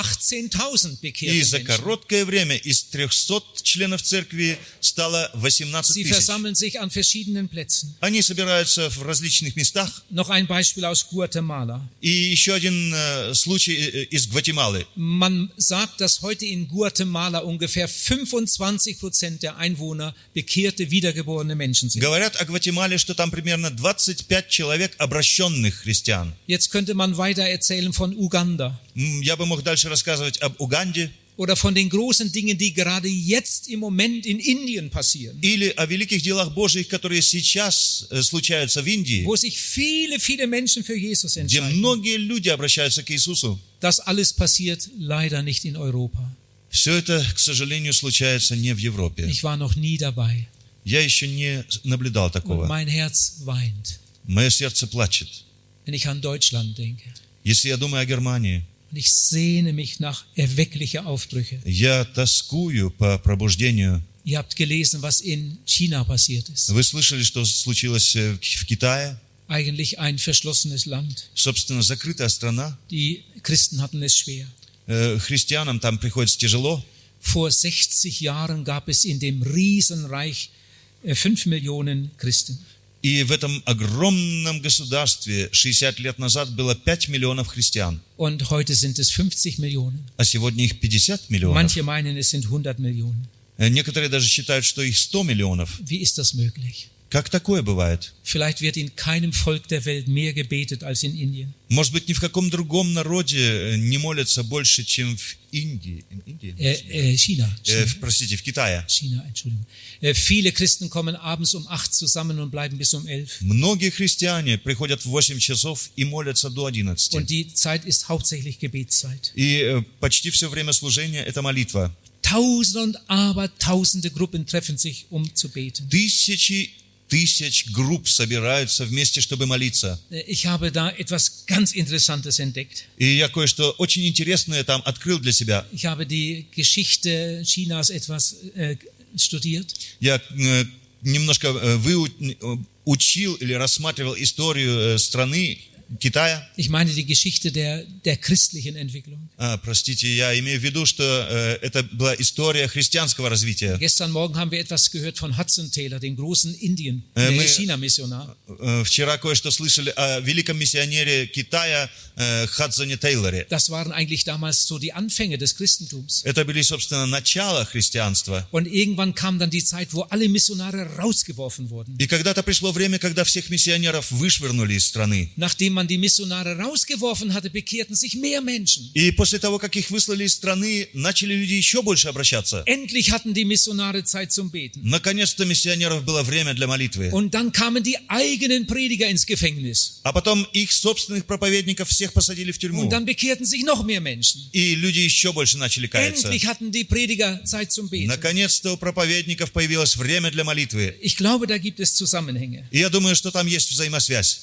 318.000
И
bekehrte
за
Menschen.
короткое время из 300 членов церкви стало 18
Sie
тысяч.
versammeln sich an verschiedenen Plätzen.
Они собираются в различных местах.
Noch ein Beispiel aus Guatemala.
И еще один э, случай э, э, из Гватемалы.
Man sagt, dass heute in Guatemala ungefähr 25 Prozent der Einwohner bekehrte, wiedergeborene Menschen sind.
Говорят о Гватемале, что там примерно 25 человек обращенных христиан.
Jetzt könnte man weiter erzählen von Uganda
М, Я бы мог дальше рассказывать об Уганде
oder von den großen Dingen, die gerade jetzt im Moment in Indien passieren,
или о великих делах Божьих, которые сейчас э, случаются в Индии,
wo sich viele, viele Menschen für Jesus
где
entscheiden.
многие люди обращаются к Иисусу.
Das alles passiert leider nicht in Europa.
Все это, к сожалению, случается не в Европе.
Ich war noch nie dabei.
Я еще не наблюдал
Und
такого.
mein Herz weint,
Мое сердце плачет.
wenn ich an Deutschland denke.
Если я думаю о Германии,
Und ich sehne mich nach erwecklicher Aufbrüche.
я тоскую по пробуждению.
Ihr habt gelesen, was in China passiert ist.
Вы слышали, что случилось э, в Ки- в Китае?
Eigentlich ein verschlossenes Land.
Собственно, закрытая страна.
Die Christen hatten es schwer.
Э, Христианам там приходится тяжело.
Vor 60 Jahren gab es in dem Riesenreich äh, 5 Millionen Christen.
И в этом огромном государстве 60 лет назад было 5 миллионов христиан,
Und heute sind es 50 Millionen.
а сегодня их 50 миллионов.
Manche meinen, es sind 100 Millionen.
Э, Некоторые даже считают, что их 100 миллионов.
Wie ist das möglich?
Как такое бывает?
Vielleicht wird in keinem Volk der Welt mehr gebetet als in Indien.
Может быть, ни в каком другом народе э, не молятся больше, чем в Индии. Индии?
Äh, äh, China.
Э,
China.
в- простите, в Китае.
China, Entschuldigung. Äh, viele Christen kommen abends um acht zusammen und bleiben bis um elf.
Многие христиане приходят в 8 часов и молятся до 11.
Und die Zeit ist hauptsächlich Gebetszeit.
И э, почти все время служения – это молитва.
Tausende und Abertausende Gruppen treffen sich, um zu beten.
Тысячи тысяч групп собираются вместе, чтобы молиться.
Äh, Ich habe da etwas ganz Interessantes entdeckt.
И я кое-что очень интересное там открыл для себя.
Ich habe die Geschichte Chinas etwas äh, studiert.
Я э, немножко э, выучил или рассматривал историю э, страны Китая.
Ich meine die Geschichte der, der christlichen Entwicklung.
А, простите, я имею в виду, что э, это была история христианского развития.
Gestern Morgen haben wir etwas gehört von Hudson Taylor, dem großen Indien,
Äh,
äh,
mir-
China-Missionar.
Э, Вчера кое-что слышали о великом миссионере Китая э, Хадзоне Тейлоре.
Das waren eigentlich damals so die Anfänge des Christentums.
Это были, собственно, начало христианства.
Und irgendwann kam dann die Zeit, wo alle Missionare rausgeworfen wurden.
И когда-то пришло время, когда всех миссионеров вышвырнули из страны.
Nachdem man die Missionare rausgeworfen hatte, bekehrten sich mehr Menschen.
И после того, как их выслали из страны, начали люди еще больше обращаться.
Endlich hatten die Missionare Zeit zum Beten.
Наконец-то миссионеров было время для молитвы.
Und dann kamen die eigenen Prediger ins Gefängnis.
А потом их собственных проповедников всех посадили в тюрьму.
Und dann bekehrten sich noch mehr Menschen.
И люди еще больше начали каяться.
Endlich hatten die Prediger Zeit zum Beten.
Наконец-то у проповедников появилось время для молитвы.
Ich glaube, da gibt es Zusammenhänge.
И я думаю, что там есть взаимосвязь.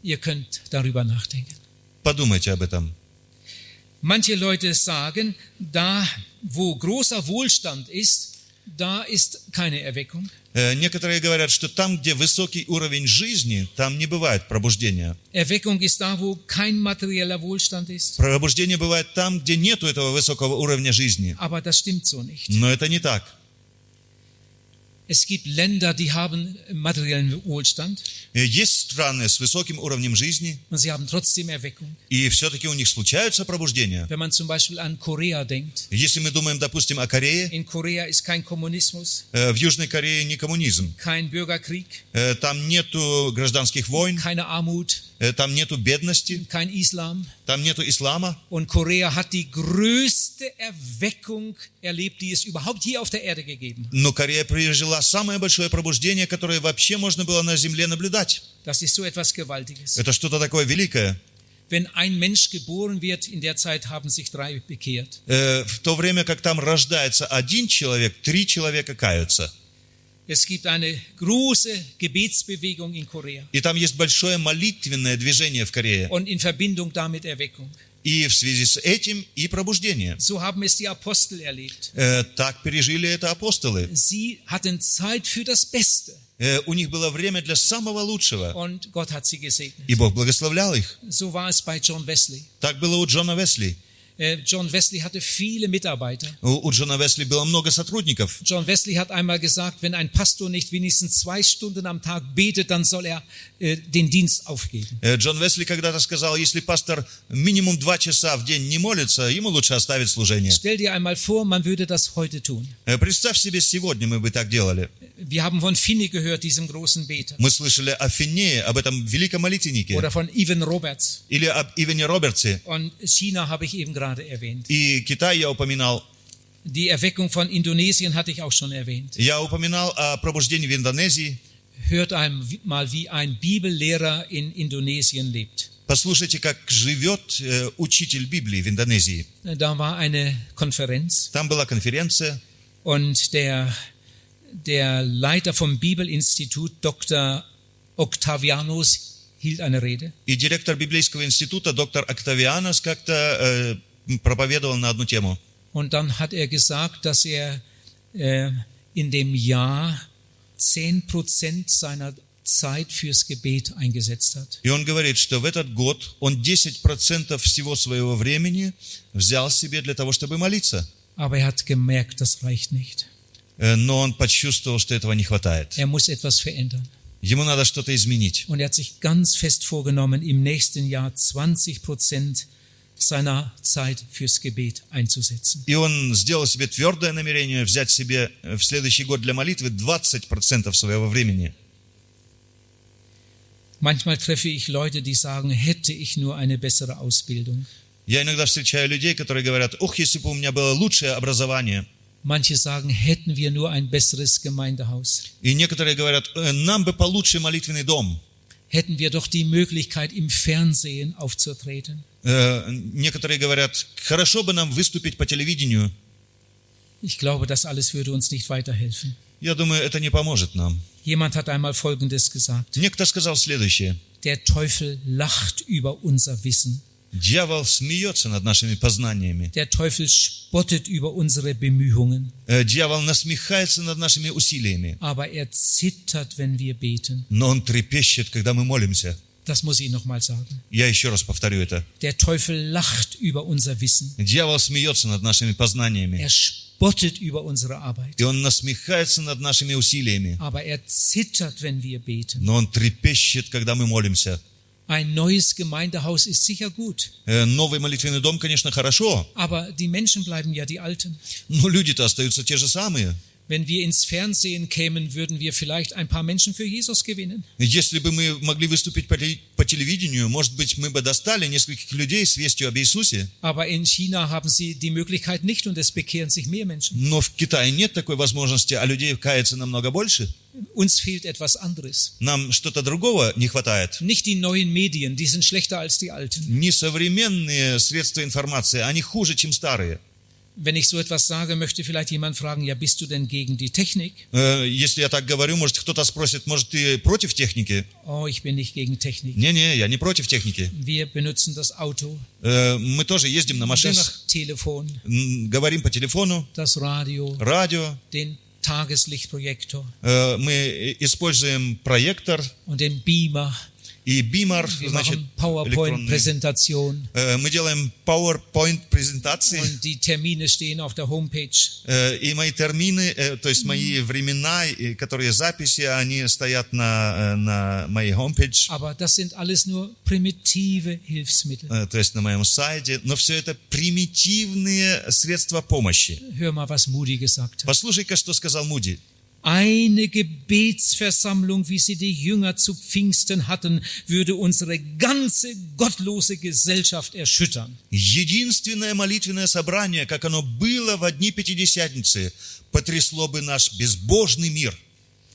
Ihr könnt darüber nachdenken.
Подумайте об этом.
Manche Leute sagen, da wo großer Wohlstand ist, da ist keine Erweckung.
Э, Некоторые говорят, что там, где высокий уровень жизни, там не бывает пробуждения.
Erweckung ist da, wo kein materieller Wohlstand ist.
Пробуждение бывает там, где нету этого высокого уровня жизни.
Aber das stimmt so nicht.
Но это не так.
Es gibt Länder, die haben materiellen Wohlstand
Э, Есть страны с высоким уровнем жизни,
und sie haben trotzdem Erweckung.
и все-таки у них случаются пробуждения.
Wenn man zum Beispiel an Korea denkt.
Если мы думаем, допустим, о Корее,
In Korea ist kein Kommunismus,
э, в Южной Корее не коммунизм.
kein Bürgerkrieg,
Э, Там нету гражданских войн,
keine Armut,
э, там нету бедности,
kein Islam.
там нету ислама.
Und Korea hat die größte Erweckung erlebt, die es überhaupt je auf der Erde gegeben hat.
Но Корея пережила самое большое пробуждение, которое вообще можно было на Земле наблюдать.
Das ist so etwas Gewaltiges.
Это что-то такое великое.
Wenn ein Mensch geboren wird, in der Zeit haben sich drei bekehrt.
Э, В то время, как там рождается один человек, три человека каются.
Es gibt eine große Gebetsbewegung in Korea
И там есть большое молитвенное движение в Корее.
und in Verbindung damit Erweckung.
И в связи с этим и пробуждение.
So haben es die Apostel erlebt.
Э, Так пережили это апостолы.
Sie hatten Zeit für das Beste
Э, У них было время для самого лучшего.
und Gott hat sie gesegnet.
И Бог благословлял их.
So war es bei John Wesley.
Так было у Джона Весли.
Äh, John Wesley hatte viele Mitarbeiter.
У у Джона Весли было много сотрудников.
John Wesley hat einmal gesagt, wenn ein Pastor nicht wenigstens zwei Stunden am Tag betet, dann soll er äh, den Dienst aufgeben.
Э, Джон Весли когда-то сказал, если пастор минимум два часа в день не молится, ему лучше оставить служение.
Stell dir einmal vor, man würde das heute tun.
Э, Представь себе, сегодня мы бы так делали.
Wir haben von Finney gehört, diesem großen Beter.
Мы слышали о Финнее, об этом великом молитвеннике,
Oder von Evan Roberts.
или об Ивене Робертсе.
Und China habe ich eben gerade erwähnt.
И Китай я упоминал.
Die Erweckung von Indonesien hatte ich auch schon erwähnt.
Я упоминал о пробуждении в Индонезии.
Hört einmal, wie ein Bibellehrer in Indonesien lebt.
Послушайте, как живет э, учитель Библии в Индонезии.
Da war eine Konferenz.
Там была конференция,
Und der, der Leiter vom Bibelinstitut, Dr. Octavianus, hielt eine Rede.
и директор библейского института доктор Октавианос как-то э, проповедовал на одну тему.
Und dann hat er gesagt, dass er äh, in dem Jahr 10% seiner Zeit fürs Gebet eingesetzt hat.
И он говорит, что в этот год он 10% всего своего времени взял себе для того, чтобы молиться.
Aber er hat gemerkt, das reicht nicht.
Э, Но он почувствовал, что этого не хватает.
Er muss etwas verändern.
Ему надо что-то изменить.
Und er hat sich ganz fest vorgenommen, im nächsten Jahr 20% seiner Zeit fürs Gebet einzusetzen.
И он сделал себе твердое намерение взять себе э, в следующий год для молитвы 20% своего времени.
Manchmal treffe ich Leute, die sagen, hätte ich nur eine bessere Ausbildung.
Я иногда встречаю людей, которые говорят, ух, если бы у меня было лучшее образование.
Manche sagen, hätten wir nur ein besseres Gemeindehaus.
И некоторые говорят, «Э, нам бы получше молитвенный дом.
Hätten wir doch die Möglichkeit, im Fernsehen aufzutreten.
Э, Некоторые говорят, хорошо бы нам выступить по телевидению.
Ich glaube, das alles würde uns nicht weiterhelfen.
Я думаю, это не поможет нам.
Jemand hat einmal Folgendes gesagt.
Некто сказал следующее.
Der Teufel lacht über unser Wissen.
Дьявол смеется над нашими познаниями.
Der Teufel spottet über unsere Bemühungen.
Э, Дьявол насмехается над нашими усилиями.
Aber er zittert, wenn wir beten.
Но он трепещет, когда мы молимся.
Das muss ich nochmal sagen.
Я еще раз повторю это.
Der Teufel lacht über unser Wissen.
Дьявол смеется над нашими познаниями.
Er spottet über unsere Arbeit.
И он насмехается над нашими усилиями.
aber er zittert, wenn wir beten.
Но он трепещет, когда мы молимся.
Ein neues Gemeindehaus ist sicher gut,
Э, Новый молитвенный дом, конечно, хорошо,
aber die Menschen bleiben ja die Alten.
но Ну, люди-то остаются те же самые.
Wenn wir ins Fernsehen kämen, würden wir vielleicht ein paar Menschen für Jesus gewinnen.
Если бы мы могли выступить по теле- по телевидению, может быть, мы бы достали нескольких людей с вестью об Иисусе,
Aber in China haben sie die Möglichkeit nicht und es bekehren sich mehr Menschen.
но в Китае нет такой возможности, а людей кается намного больше.
Uns fehlt etwas anderes.
Нам что-то другого не хватает.
Nicht die neuen Medien, die sind schlechter als die alten.
Несовременные средства информации, они хуже, чем старые.
Wenn ich so etwas sage, möchte vielleicht jemand fragen, ja, bist du denn gegen die Technik?
Э, Если я так говорю, может, кто-то спросит, может, ты против техники?
Oh, ich bin nicht gegen Technik.
Не-не, я не против техники.
Wir benutzen das Auto,
Э, Мы тоже ездим на машинах,
das Telefon,
м, говорим по телефону,
das Radio,
радио,
den Tageslichtprojektor
Э, мы используем проектор
und den Beamer.
и бимар,
Wir
значит,
machen
электронный.
PowerPoint-Präsentation
Э, Мы делаем PowerPoint презентации,
und die Termine stehen auf der Homepage.
и мои термины, э, то есть мои времена, и которые записи, они стоят на, э, на моей homepage,
Aber das sind alles nur primitive Hilfsmittel.
э, то есть на моем сайте. Но все это примитивные средства помощи.
Hör mal, was Moody gesagt hat.
Послушай-ка, что сказал Муди.
Eine Gebetsversammlung, wie sie die Jünger zu Pfingsten hatten, würde unsere ganze gottlose Gesellschaft erschüttern.
Единственное молитвенное собрание, как оно было в одни Пятидесятницы, потрясло бы наш безбожный мир –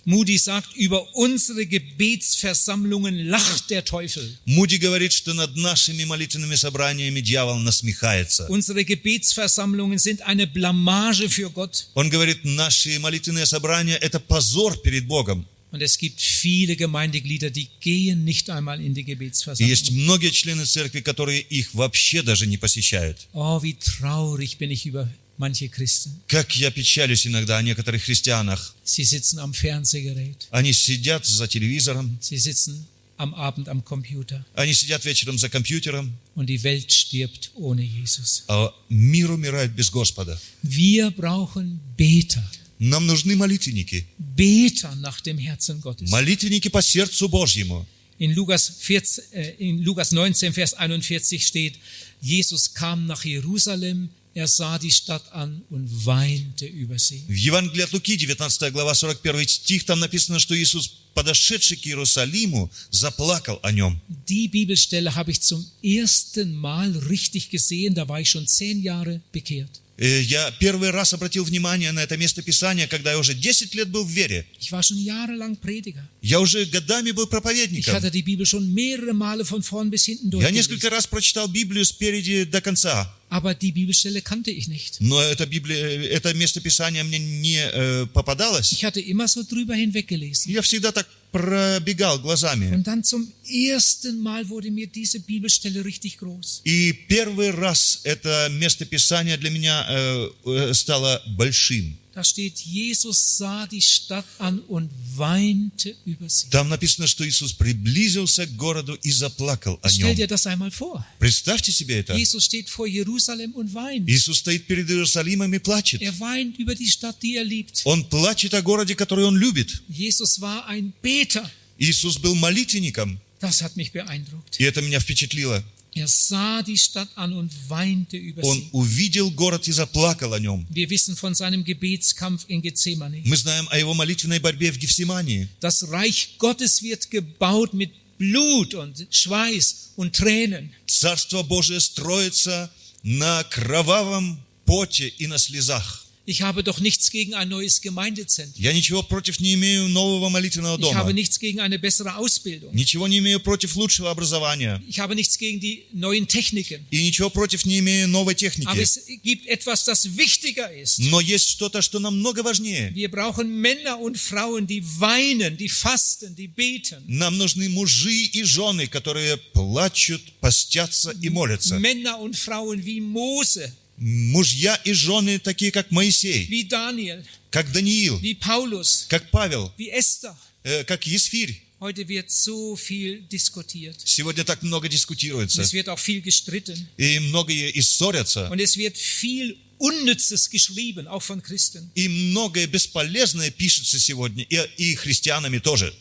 Moody sagt, über unsere Gebetsversammlungen lacht der Teufel.
Муди говорит, что над нашими молитвенными собраниями дьявол насмехается.
Unsere Gebetsversammlungen sind eine Blamage für Gott.
Он говорит, наши молитвенные собрания – это позор перед Богом.
Und es gibt viele Gemeindeglieder, die gehen nicht einmal in die
И есть
Gebetsversammlung.
многие члены церкви, которые их вообще даже не посещают.
Oh, wie traurig bin ich über manche Christen.
Как я печалюсь иногда о некоторых христианах.
Sie sitzen am Fernsehgerät,
Они сидят за телевизором,
sie sitzen am Abend am Computer.
Они сидят вечером за компьютером,
Und die Welt stirbt ohne Jesus.
а мир умирает без Господа.
Wir brauchen Beter.
Нам нужны молитвенники.
Beter nach dem Herzen Gottes.
Молитвенники по сердцу Божьему.
In Lukas, 14, äh, in Lukas 19, Vers 41 steht, Jesus kam nach Jerusalem, er sah die Stadt an und weinte über sie.
В Евангелии от Луки, 19 глава, 41 стих, там написано, что Иисус, подошедший к Иерусалиму, заплакал о нем.
Die Bibelstelle habe ich zum ersten Mal richtig gesehen, da war ich schon zehn Jahre bekehrt.
Э, Я первый раз обратил внимание на это место Писания, когда я уже 10 лет был в вере.
Ich war schon jahrelang Prediger.
Я уже годами был
Ich
проповедником.
hatte die Bibel schon mehrere Male von vorn bis hinten
Я
durchgelesen.
несколько раз прочитал Библию спереди до конца,
Aber die Bibelstelle kannte ich nicht.
но это, Библия, это место Писания мне не э, попадалось.
Ich hatte immer so drüber hinweggelesen.
Я всегда так пробегал глазами.
Und dann zum ersten Mal wurde mir diese Bibelstelle richtig groß.
И первый раз это место Писания для меня э, э, стало большим.
Da steht, Jesus sah die Stadt an und weinte über sie.
Там написано, что Иисус приблизился к городу и заплакал о
Stell
нем.
dir das einmal vor.
Представьте себе это.
Jesus steht vor Jerusalem und weint.
Иисус стоит перед Иерусалимом и плачет.
Er weint über die Stadt, die er liebt.
Он плачет о городе, который он любит.
Jesus war ein Beter.
Иисус был молитвенником,
Das hat mich beeindruckt.
и это меня впечатлило.
Er sah die Stadt an und weinte über
Он
sie.
увидел город и заплакал о нем.
Wir wissen von seinem Gebetskampf in Gethsemane.
Мы знаем о его молитвенной борьбе в Гефсимании.
Das Reich Gottes wird gebaut mit Blut und Schweiß und Tränen.
Царство Божие строится на кровавом поте и на слезах.
Ich habe doch nichts gegen ein neues Gemeindezentrum.
Я ничего против не имею нового молитвенного
Ich
дома.
habe nichts gegen eine bessere Ausbildung.
Ничего не имею против лучшего образования.
Ich habe nichts gegen die neuen Techniken.
И ничего против не имею новой
Aber
техники.
es gibt etwas, das wichtiger ist.
Но есть что-то, что намного важнее.
Wir brauchen Männer und Frauen, die weinen, die fasten, die beten.
Нам нужны мужи и жены, которые плачут, постятся и молятся.
Männer und Frauen wie Mose,
Мужья и жены, такие как Моисей,
wie Daniel,
как Даниил,
wie Paulus,
как Павел,
wie Esther.
э, как Есфирь.
Heute wird so viel diskutiert.
Сегодня так много
Und
дискутируется,
es wird auch viel gestritten.
и многие и ссорятся,
Und es wird viel Unnützes geschrieben, auch von Christen.
и многое бесполезное пишется сегодня, и, и христианами тоже.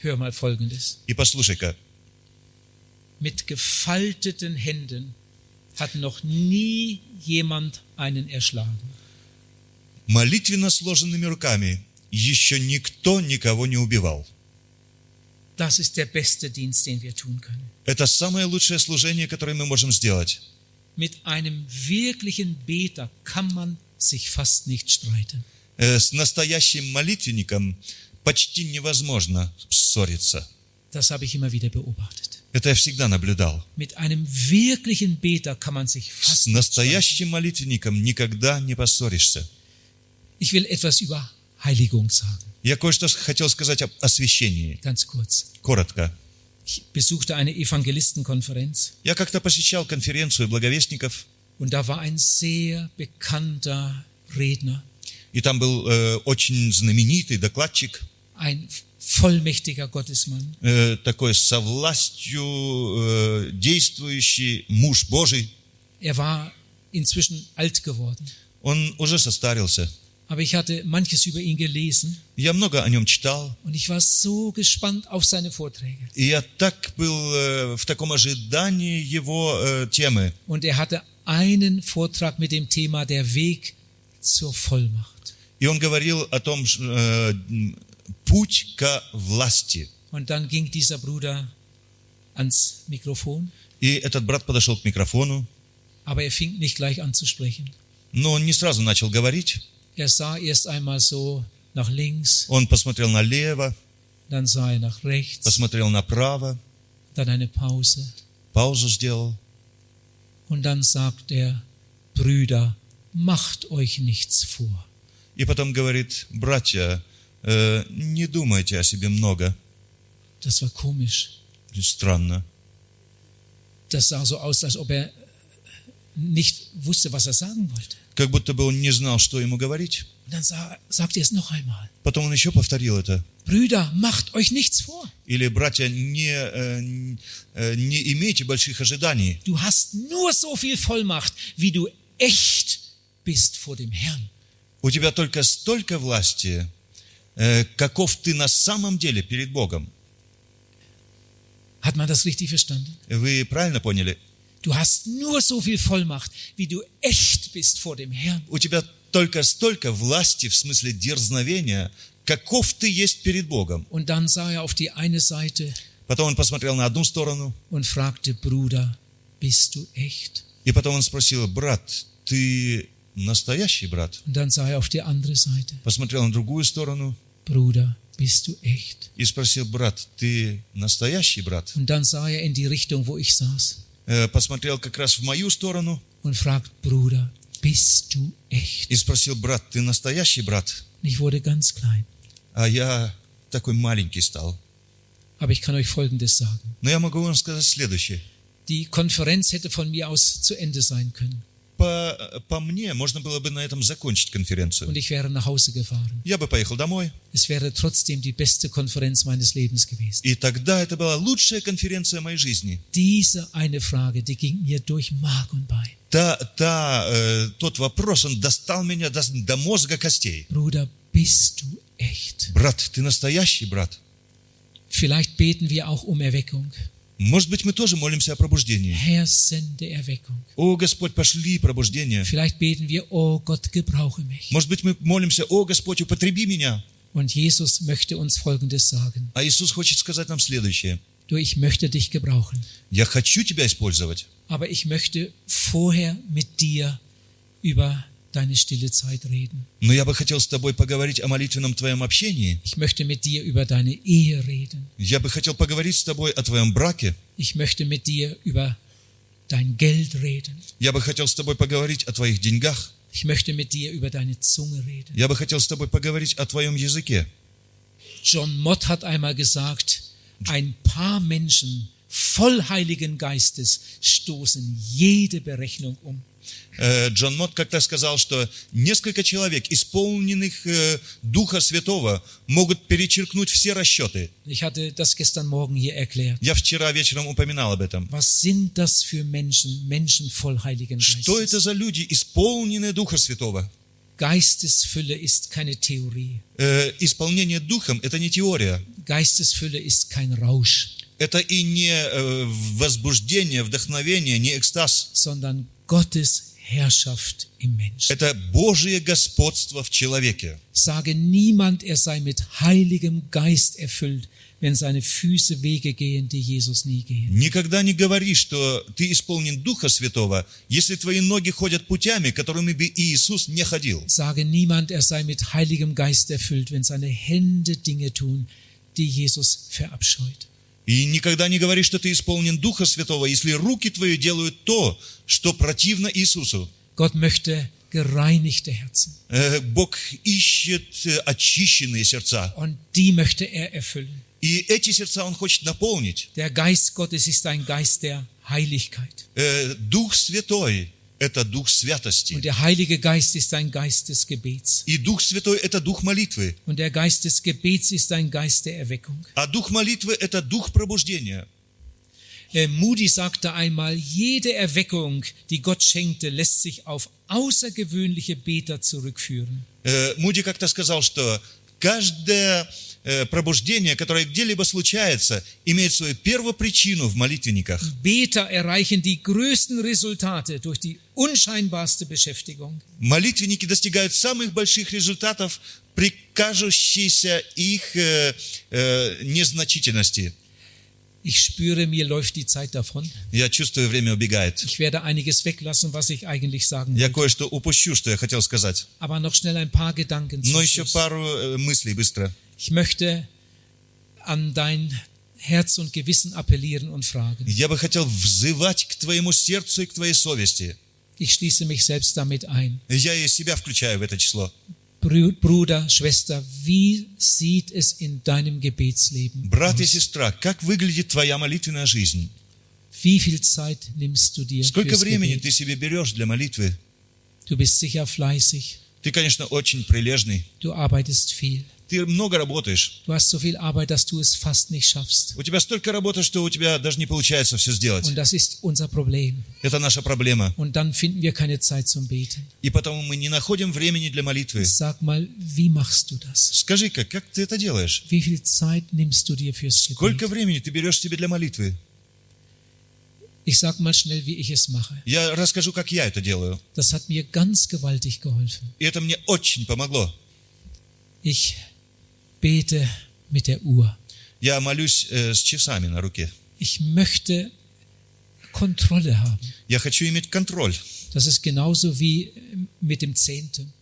Hör mal Folgendes.
И послушай-ка,
Mit gefalteten Händen hat noch nie jemand einen erschlagen.
молитвенно сложенными руками еще никто никого не убивал.
Das ist der beste Dienst, den wir tun können.
Это самое лучшее служение, которое мы можем сделать.
Mit einem wirklichen Beter kann man sich fast nicht streiten.
Э, С настоящим молитвенником почти невозможно ссориться.
Das habe ich immer wieder beobachtet.
Это я всегда наблюдал.
Mit einem wirklichen Beter kann man sich
С
fast nicht streiten.
настоящим молитвенником никогда не поссоришься.
Ich will etwas über Heiligung sagen,
Я кое-что хотел сказать об освящении.
ganz kurz.
Коротко.
Ich besuchte eine Evangelistenkonferenz
Я как-то посещал конференцию благовестников,
und da war ein sehr bekannter Redner,
и там был э, очень знаменитый докладчик,
ein vollmächtiger Gottesmann.
э, такой со властью э, действующий муж Божий.
Er war inzwischen alt geworden,
Он уже состарился.
aber ich hatte manches über ihn gelesen
Я много о нем читал,
Und ich war so gespannt auf seine Vorträge.
и я так был э, в таком ожидании его э, темы.
Und er hatte einen Vortrag mit dem Thema der Weg zur Vollmacht.
И он говорил о том, ш- э, м, путь ко власти.
Und dann ging dieser Bruder ans Mikrofon,
И этот брат подошел к микрофону,
aber er fing nicht gleich an zu sprechen.
но он не сразу начал говорить.
Er sah erst einmal so nach links,
Он посмотрел налево,
dann sah er nach rechts,
посмотрел направо,
dann eine Pause
паузу сделал.
und dann sagt er, Brüder, macht euch nichts vor.
И потом говорит, братья, э, не думайте о себе много.
Das war komisch.
Странно.
Das sah so aus, als ob er nicht wusste, was er sagen wollte.
Как будто бы он не знал, что ему говорить.
Und dann sa- sagt er es noch einmal.
Потом он еще повторил это.
Brüder, macht euch nichts vor.
Или, братья, не, э, н- э, не имейте больших ожиданий.
Du hast nur so viel Vollmacht, wie du echt bist vor dem Herrn.
У тебя только столько власти, э, каков ты на самом деле перед Богом.
Hat man das richtig verstanden?
Вы правильно поняли?
Du hast nur so viel Vollmacht, wie du echt bist vor dem Herrn.
У тебя только столько власти, в смысле дерзновения, каков ты есть перед Богом.
Und dann sah er auf die eine Seite
Потом он посмотрел на одну сторону,
und fragte, Bruder, bist du echt?
и потом он спросил, брат, ты настоящий брат?
Und dann sah er auf die andere Seite,
Посмотрел на другую сторону
Bruder, bist du echt?
и спросил, брат, ты настоящий брат?
Und dann sah er in die Richtung, wo ich saß
Э, Посмотрел как раз в мою сторону
und fragt, Bruder, bist du echt?
и спросил, брат, ты настоящий брат?
Und ich wurde ganz klein.
А я такой маленький стал.
Aber ich kann euch Folgendes sagen.
Но я могу вам сказать следующее.
Die Konferenz hätte von mir aus zu Ende sein können
По, по мне можно было бы на этом закончить конференцию.
und ich wäre nach Hause gefahren.
Я бы поехал домой,
Es wäre trotzdem die beste Konferenz meines Lebens gewesen.
и тогда это была лучшая конференция моей жизни.
Diese eine Frage, die ging mir durch Mark und Bein.
Та, та, э, тот вопрос, он достал меня до, до мозга костей.
Bruder, bist du echt?
Брат, ты настоящий брат?
Vielleicht beten wir auch um Erweckung.
Может быть, мы тоже молимся о пробуждении.
Herr, sende Erweckung.
О, Господь, пошли пробуждение.
Vielleicht beten wir, oh Gott, gebrauche mich.
Может быть, мы молимся, о, Господь, употреби меня.
Und Jesus möchte uns Folgendes sagen.
А Иисус хочет сказать нам следующее.
Du, ich möchte dich gebrauchen,
Я хочу тебя использовать,
aber ich möchte vorher mit dir über deine stille Zeit reden.
но я бы хотел с тобой поговорить о молитвенном твоем общении.
Ich möchte mit dir über deine Ehe reden.
Я бы хотел поговорить с тобой о твоем браке.
Ich möchte mit dir über dein Geld reden.
Я бы хотел с тобой поговорить о твоих деньгах.
Ich möchte mit dir über deine Zunge reden.
Я бы хотел с тобой поговорить о твоем языке.
John Mott hat einmal gesagt, ein paar Menschen voll Heiligen Geistes stoßen jede Berechnung um.
Э, Джон Мот как-то сказал, что несколько человек, исполненных э, Духа Святого, могут перечеркнуть все расчеты.
Ich hatte das gestern Morgen hier erklärt.
Я вчера вечером упоминал об этом.
Was sind das für Menschen, Menschen voll Heiligen
Что
Geistes?
это за люди, исполненные Духа Святого?
Geistesfülle ist keine Theorie.
Э, исполнение Духом – это не теория.
Geistesfülle ist kein Rausch,
Это и не э, возбуждение, вдохновение, не экстаз.
sondern Gottes Herrschaft im Menschen.
Это Божие господство в человеке.
Sage niemand, er sei mit heiligem Geist erfüllt, wenn seine Füße Wege gehen, die Jesus nie gehen.
Никогда не говори, что ты исполнен Духа Святого, если твои ноги ходят путями, которыми бы Иисус не ходил.
Sage niemand, er sei mit heiligem Geist erfüllt, wenn seine Hände Dinge tun, die Jesus verabscheut.
И никогда не говори, что ты исполнен Духа Святого, если руки твои делают то, что противно Иисусу.
Gott möchte gereinigte Herzen
Э, Бог ищет э, очищенные сердца.
und die möchte er erfüllen.
И эти сердца Он хочет наполнить.
Der Geist Gottes ist ein Geist der Heiligkeit
Э, Дух Святой – это Дух
und
святости.
der Heilige Geist ist ein Geist des Gebets
И Дух Святой – это Дух молитвы.
und der Geist des Gebets ist ein Geist der Erweckung.
А Дух молитвы – это Дух пробуждения.
Äh, Moody sagte einmal, jede Erweckung, die Gott schenkte, lässt sich auf außergewöhnliche Beter zurückführen.
Э, Муди как-то сказал, что каждое э, пробуждение, которое где-либо случается, имеет свою первопричину в молитвенниках.
Beter erreichen die größten Resultate durch die unscheinbarste Beschäftigung.
Молитвенники достигают самых больших результатов при кажущейся их э, э, незначительности.
Ich spüre, mir läuft die Zeit davon.
Я чувствую, время убегает.
Ich werde einiges weglassen, was ich eigentlich sagen will.
Я кое-что упущу, что я хотел сказать.
Aber noch schnell ein paar Gedanken
Но
zum
еще
Schluss.
пару э, мыслей быстро.
Ich möchte an dein Herz und Gewissen appellieren und fragen.
Я бы хотел взывать к твоему сердцу и к твоей совести.
Ich schließe mich selbst damit ein.
Я и себя включаю в это число.
Brü- Bruder, Schwester, wie sieht es in deinem Gebetsleben?
Брат и сестра, как выглядит твоя молитвенная жизнь?
Wie viel Zeit nimmst du dir
Сколько
fürs
времени
Gebet?
ты себе берешь для молитвы?
Du bist sicher fleißig,
Ты, конечно, очень прилежный,
du arbeitest viel.
Ты много работаешь.
Du hast so viel Arbeit, dass du es fast nicht schaffst.
У тебя столько работы, что у тебя даже не получается все сделать.
Und das ist unser Problem.
Это наша проблема.
Und dann finden wir keine Zeit zum Beten.
И потому мы не находим времени для молитвы.
Sag mal, wie machst du das?
Скажи-ка, как ты это делаешь?
Wie viel Zeit nimmst du dir fürs Gebet?
Сколько времени ты берешь себе для молитвы?
Ich sag mal schnell, wie ich es mache.
Я расскажу, как я это делаю.
Das hat mir ganz gewaltig geholfen.
И это мне очень помогло.
Ich bete mit der Uhr.
Я молюсь э, с часами на руке.
Ich möchte Kontrolle haben.
Я хочу иметь контроль.
Das ist genauso wie mit dem Zehnten,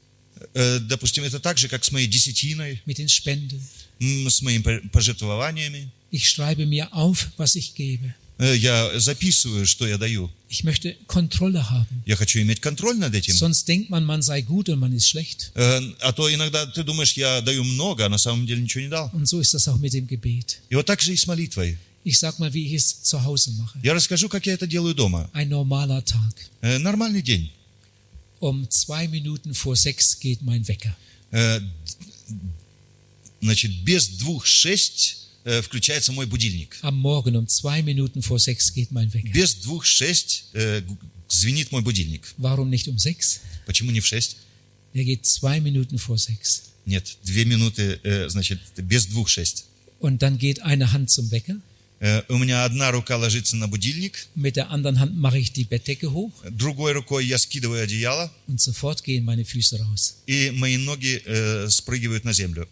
Э, допустим, это так же, как с моей десятиной,
mit den Spenden.
м, с моими по- пожертвованиями.
Ich schreibe mir auf, was ich gebe.
Э, я записываю, что я даю.
Ich möchte Kontrolle haben.
Я хочу иметь контроль над этим.
Sonst denkt man, man sei gut und man ist schlecht.
Э, а то иногда ты думаешь, я даю много, а на самом деле ничего не дал.
Und so ist das auch mit dem Gebet.
И вот так же и с молитвой.
Ich sag mal, wie ich es zu Hause mache.
Я расскажу, как я это делаю дома.
Ein normaler Tag.
Э, нормальный день.
Um zwei Minuten vor sechs geht mein Wecker.
Э, д- значит, без двух шесть э, включается мой будильник.
Am Morgen um zwei Minuten vor sechs geht mein Wecker.
Без двух шесть э, г- звенит мой будильник.
Warum nicht um sechs?
Почему не в шесть?
Der geht zwei Minuten vor sechs.
Нет, две минуты, э, значит, без двух шесть.
Und dann geht eine Hand zum Wecker.
Э, у меня одна рука ложится на будильник,
Mit der anderen Hand mache ich die Bettdecke hoch
другой рукой я скидываю одеяло,
und sofort gehen meine Füße raus.
и мои ноги э, спрыгивают на землю.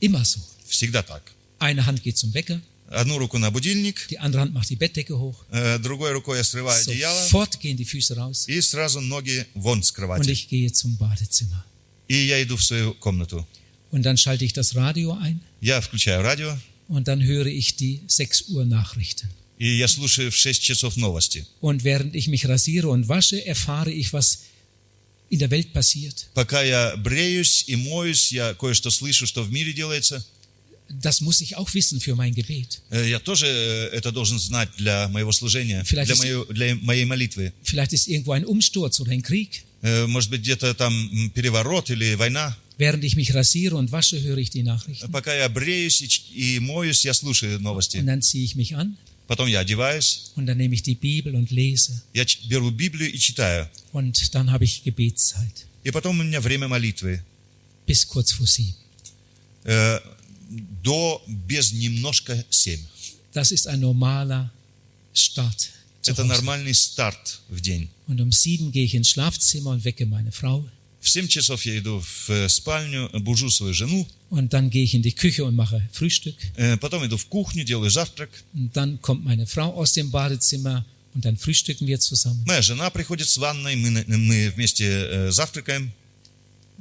Immer so.
Всегда так.
Eine Hand geht zum Wecker,
Одну руку на будильник,
die andere Hand macht die Bettdecke hoch.
э, другой рукой я срываю одеяло,
Sofort gehen die Füße raus
и сразу ноги вон с кровати.
und ich gehe zum Badezimmer.
И я иду в свою комнату.
Und dann schalte ich das Radio ein
Я включаю радио,
und dann höre ich die 6 Uhr Nachrichten.
и я слушаю в 6 часов новости.
Und während ich mich rasiere und wasche, erfahre ich, was in der Welt passiert.
Пока я бреюсь и моюсь, я кое-что слышу, что в мире делается.
Das muss ich auch wissen für mein Gebet.
Э, Я тоже э, это должен знать для моего служения,
Vielleicht
для
ist-
моей, для моей молитвы.
Vielleicht ist irgendwo ein Umsturz oder ein Krieg.
Э, Может быть, где-то там м, переворот или война.
Während ich mich rasiere und wasche, höre ich die Nachrichten.
Пока я бреюсь и, ч- и моюсь, я слушаю
Und
новости.
dann ziehe ich mich an
Потом я одеваюсь,
und dann nehme ich die Bibel und lese.
я ч- беру Библию и читаю.
Und dann habe ich Gebetszeit
И потом у меня время молитвы.
bis kurz vor sieben.
Э, До без немножко семь.
Das ist ein normaler Start. zu
Это
Hause.
нормальный старт в день.
Und um sieben gehe ich ins Schlafzimmer und wecke meine Frau.
В 7 часов я иду в э, спальню, бужу свою жену,
Und dann gehe ich in die Küche und mache Frühstück.
э, потом иду в кухню, делаю завтрак.
Und dann kommt meine Frau aus dem Badezimmer und dann frühstücken wir zusammen.
Моя жена приходит с ванной, мы, на- мы вместе э, завтракаем.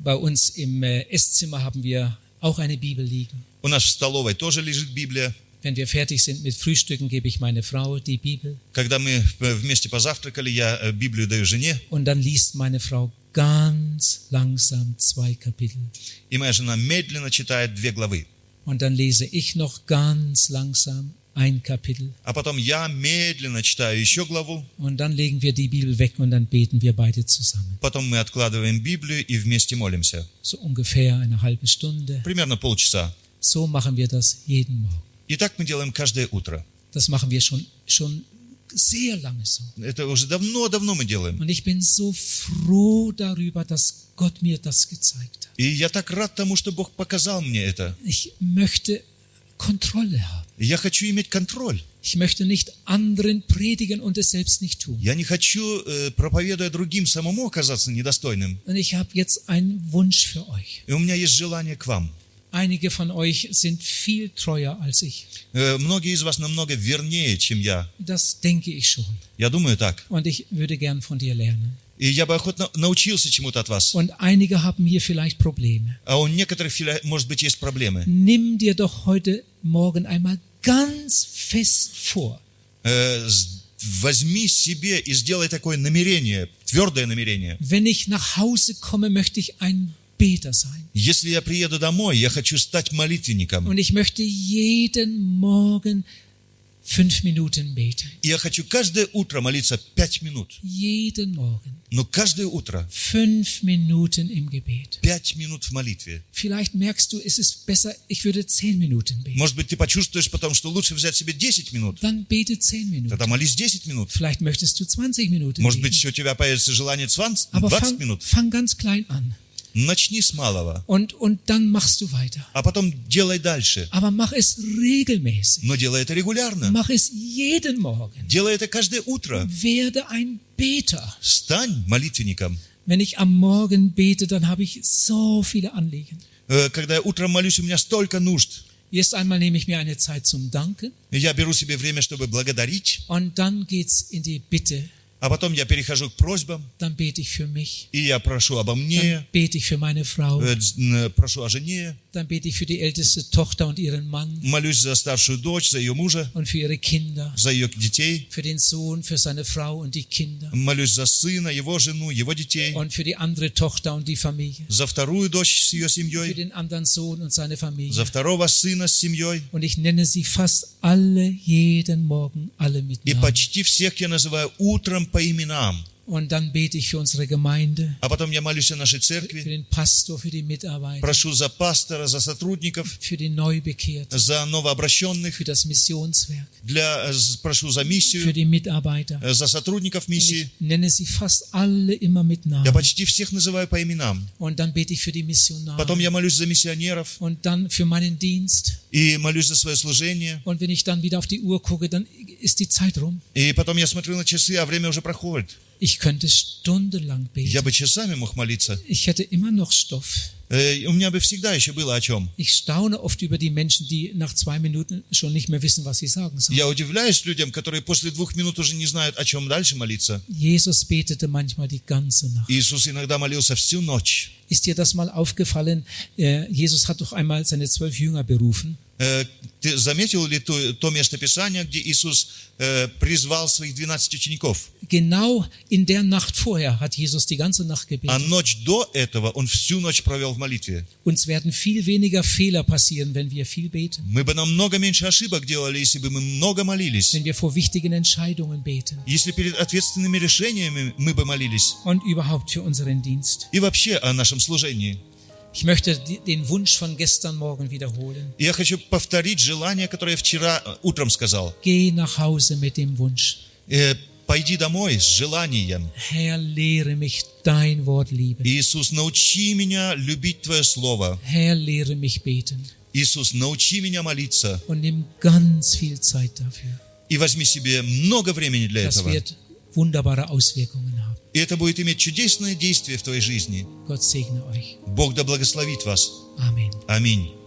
Bei uns im äh, Esszimmer haben wir auch eine Bibel liegen.
У нас в столовой тоже лежит Библия.
Wenn wir fertig sind mit Frühstücken, gebe ich meine Frau die Bibel.
Когда мы э, вместе позавтракали, я э, Библию даю жене,
Und dann liest meine Frau ganz langsam zwei Kapitel.
и моя жена медленно читает две главы.
Und dann lese ich noch ganz langsam ein Kapitel.
А потом я медленно читаю еще главу,
Und dann legen wir die Bibel weg und dann beten wir beide zusammen.
потом мы откладываем Библию и вместе молимся.
So ungefähr eine halbe Stunde.
Примерно полчаса.
So machen wir das jeden Morgen.
И так мы делаем каждое утро.
Das machen wir schon, schon sehr lange so.
Это уже давно-давно мы делаем.
Und ich bin so froh darüber, dass Gott mir das gezeigt hat.
И я так рад тому, что Бог показал мне это.
Ich möchte Kontrolle haben.
Я хочу иметь контроль.
Ich möchte nicht anderen predigen und es selbst nicht tun.
Я не хочу, э, проповедуя другим, самому оказаться недостойным.
Und ich habe jetzt einen Wunsch für euch.
И у меня есть желание к вам.
Einige von euch sind viel treuer als ich.
Э, Многие из вас намного вернее, чем я.
Das denke ich schon.
Я думаю так.
Und ich würde gern von dir lernen.
И я бы охотно научился чему-то от вас.
Und einige haben hier vielleicht Probleme.
А у некоторых, филя- может быть, есть проблемы.
Nimm dir doch heute Morgen einmal ganz fest vor,
Э, с- Возьми себе и сделай такое намерение, твердое намерение.
wenn ich nach Hause komme, möchte ich ein Beter sein.
Если я приеду домой, я хочу стать молитвенником.
Und ich möchte jeden Morgen fünf Minuten beten.
И я хочу каждое утро молиться пять минут.
Jeden Morgen
Но каждое утро
fünf Minuten im Gebet.
пять минут в молитве.
Vielleicht merkst du, es ist besser, ich würde zehn Minuten beten.
Может быть, ты почувствуешь потом, что лучше взять себе 10 минут.
Dann bete zehn Minuten.
Тогда молись 10 минут.
Vielleicht möchtest du 20 Minuten
Может
beten.
быть, у тебя появится желание 20,
Aber
20
fang,
минут.
fang ganz klein an
Начни с малого,
und, und dann machst du weiter.
а потом делай дальше.
Aber mach es regelmäßig.
Но делай это регулярно.
Mach es jeden Morgen.
Делай это каждое утро.
Werde ein Beter.
Стань молитвенником.
Wenn ich am Morgen bete, dann habe ich so viele Anliegen.
Э, Когда я утром молюсь, у меня столько нужд.
Erst einmal nehme ich mir eine Zeit zum Danken
Я беру себе время, чтобы благодарить,
und dann geht's in die Bitte.
а потом я перехожу к просьбам,
Dann bete ich für mich,
и я прошу обо
dann
мне,
bete ich für meine Frau,
э, дз- н- прошу о жене,
dann bete ich für die älteste Tochter und ihren Mann
молюсь за старшую дочь, за ее мужа,
und für ihre Kinder,
за ее детей,
für den Sohn, für seine Frau und die Kinder
молюсь за сына, его жену, его детей,
und für die andere Tochter und die Familie,
за вторую дочь с ее
für
семьей,
den anderen Sohn und seine
за
Familie.
второго сына с семьей.
Und ich nenne sie fast alle jeden Morgen, alle mit
И
Namen.
почти всех я называю утром по именам.
Und dann bete ich für unsere Gemeinde,
А потом я молюсь о нашей
für
церкви,
den Pastor, für die Mitarbeiter,
прошу за пастора, за сотрудников,
für die Neubekehrten,
за новообращенных,
für das Missionswerk,
для, э, з- прошу за миссию,
für die Mitarbeiter.
э, за сотрудников
Und
миссии.
ich nenne sie fast alle immer mit
Я
Namen.
почти всех называю по именам.
Und dann bete ich für die
Потом
Missionare
я молюсь за миссионеров
und dann für meinen Dienst.
и молюсь за свое служение.
Und wenn ich dann wieder auf die Uhr gucke, dann ist die Zeit rum.
И потом я смотрю на часы, а время уже проходит.
Ich könnte stundenlang
Я
beten.
бы часами мог молиться.
Ich hätte immer noch Stoff.
Э, У меня бы всегда еще было о чем.
Ich staune oft über die Menschen, die nach zwei Minuten schon nicht mehr wissen, was sie sagen sollen.
Я удивляюсь людям, которые после двух минут уже не знают, о чем дальше молиться.
Jesus betete manchmal die ganze Nacht.
Иисус иногда молился всю ночь.
Ist dir das mal aufgefallen? Äh, Jesus hat doch einmal seine zwölf Jünger berufen.
Э, Ты заметил ли то, то местописание, где Иисус э, призвал своих 12 учеников?
Genau in der Nacht vorher hat Jesus die ganze Nacht
А
gebetet.
ночь до этого он всю ночь провел в молитве.
Uns werden viel weniger Fehler passieren, wenn wir viel beten,
Мы бы намного меньше ошибок делали, если бы мы много молились.
wenn wir vor wichtigen Entscheidungen beten
Если перед ответственными решениями мы бы молились.
und überhaupt für unseren Dienst.
И вообще о нашем служении.
Ich möchte die- den Wunsch von gestern Morgen wiederholen.
И Я хочу повторить желание, которое я вчера э, утром сказал.
Geh nach Hause mit dem Wunsch.
Э, Пойди домой с желанием.
Herr, lehre mich dein Wort lieben.
Иисус, научи меня любить Твое Слово.
Herr, lehre mich beten
Иисус, научи меня молиться.
und nimm ganz viel Zeit dafür.
И возьми себе много времени для
Das
этого.
wird wunderbare Auswirkungen haben.
И это будет иметь чудесное действие в твоей жизни.
Gott segne euch.
Бог да благословит вас.
Amen.
Аминь.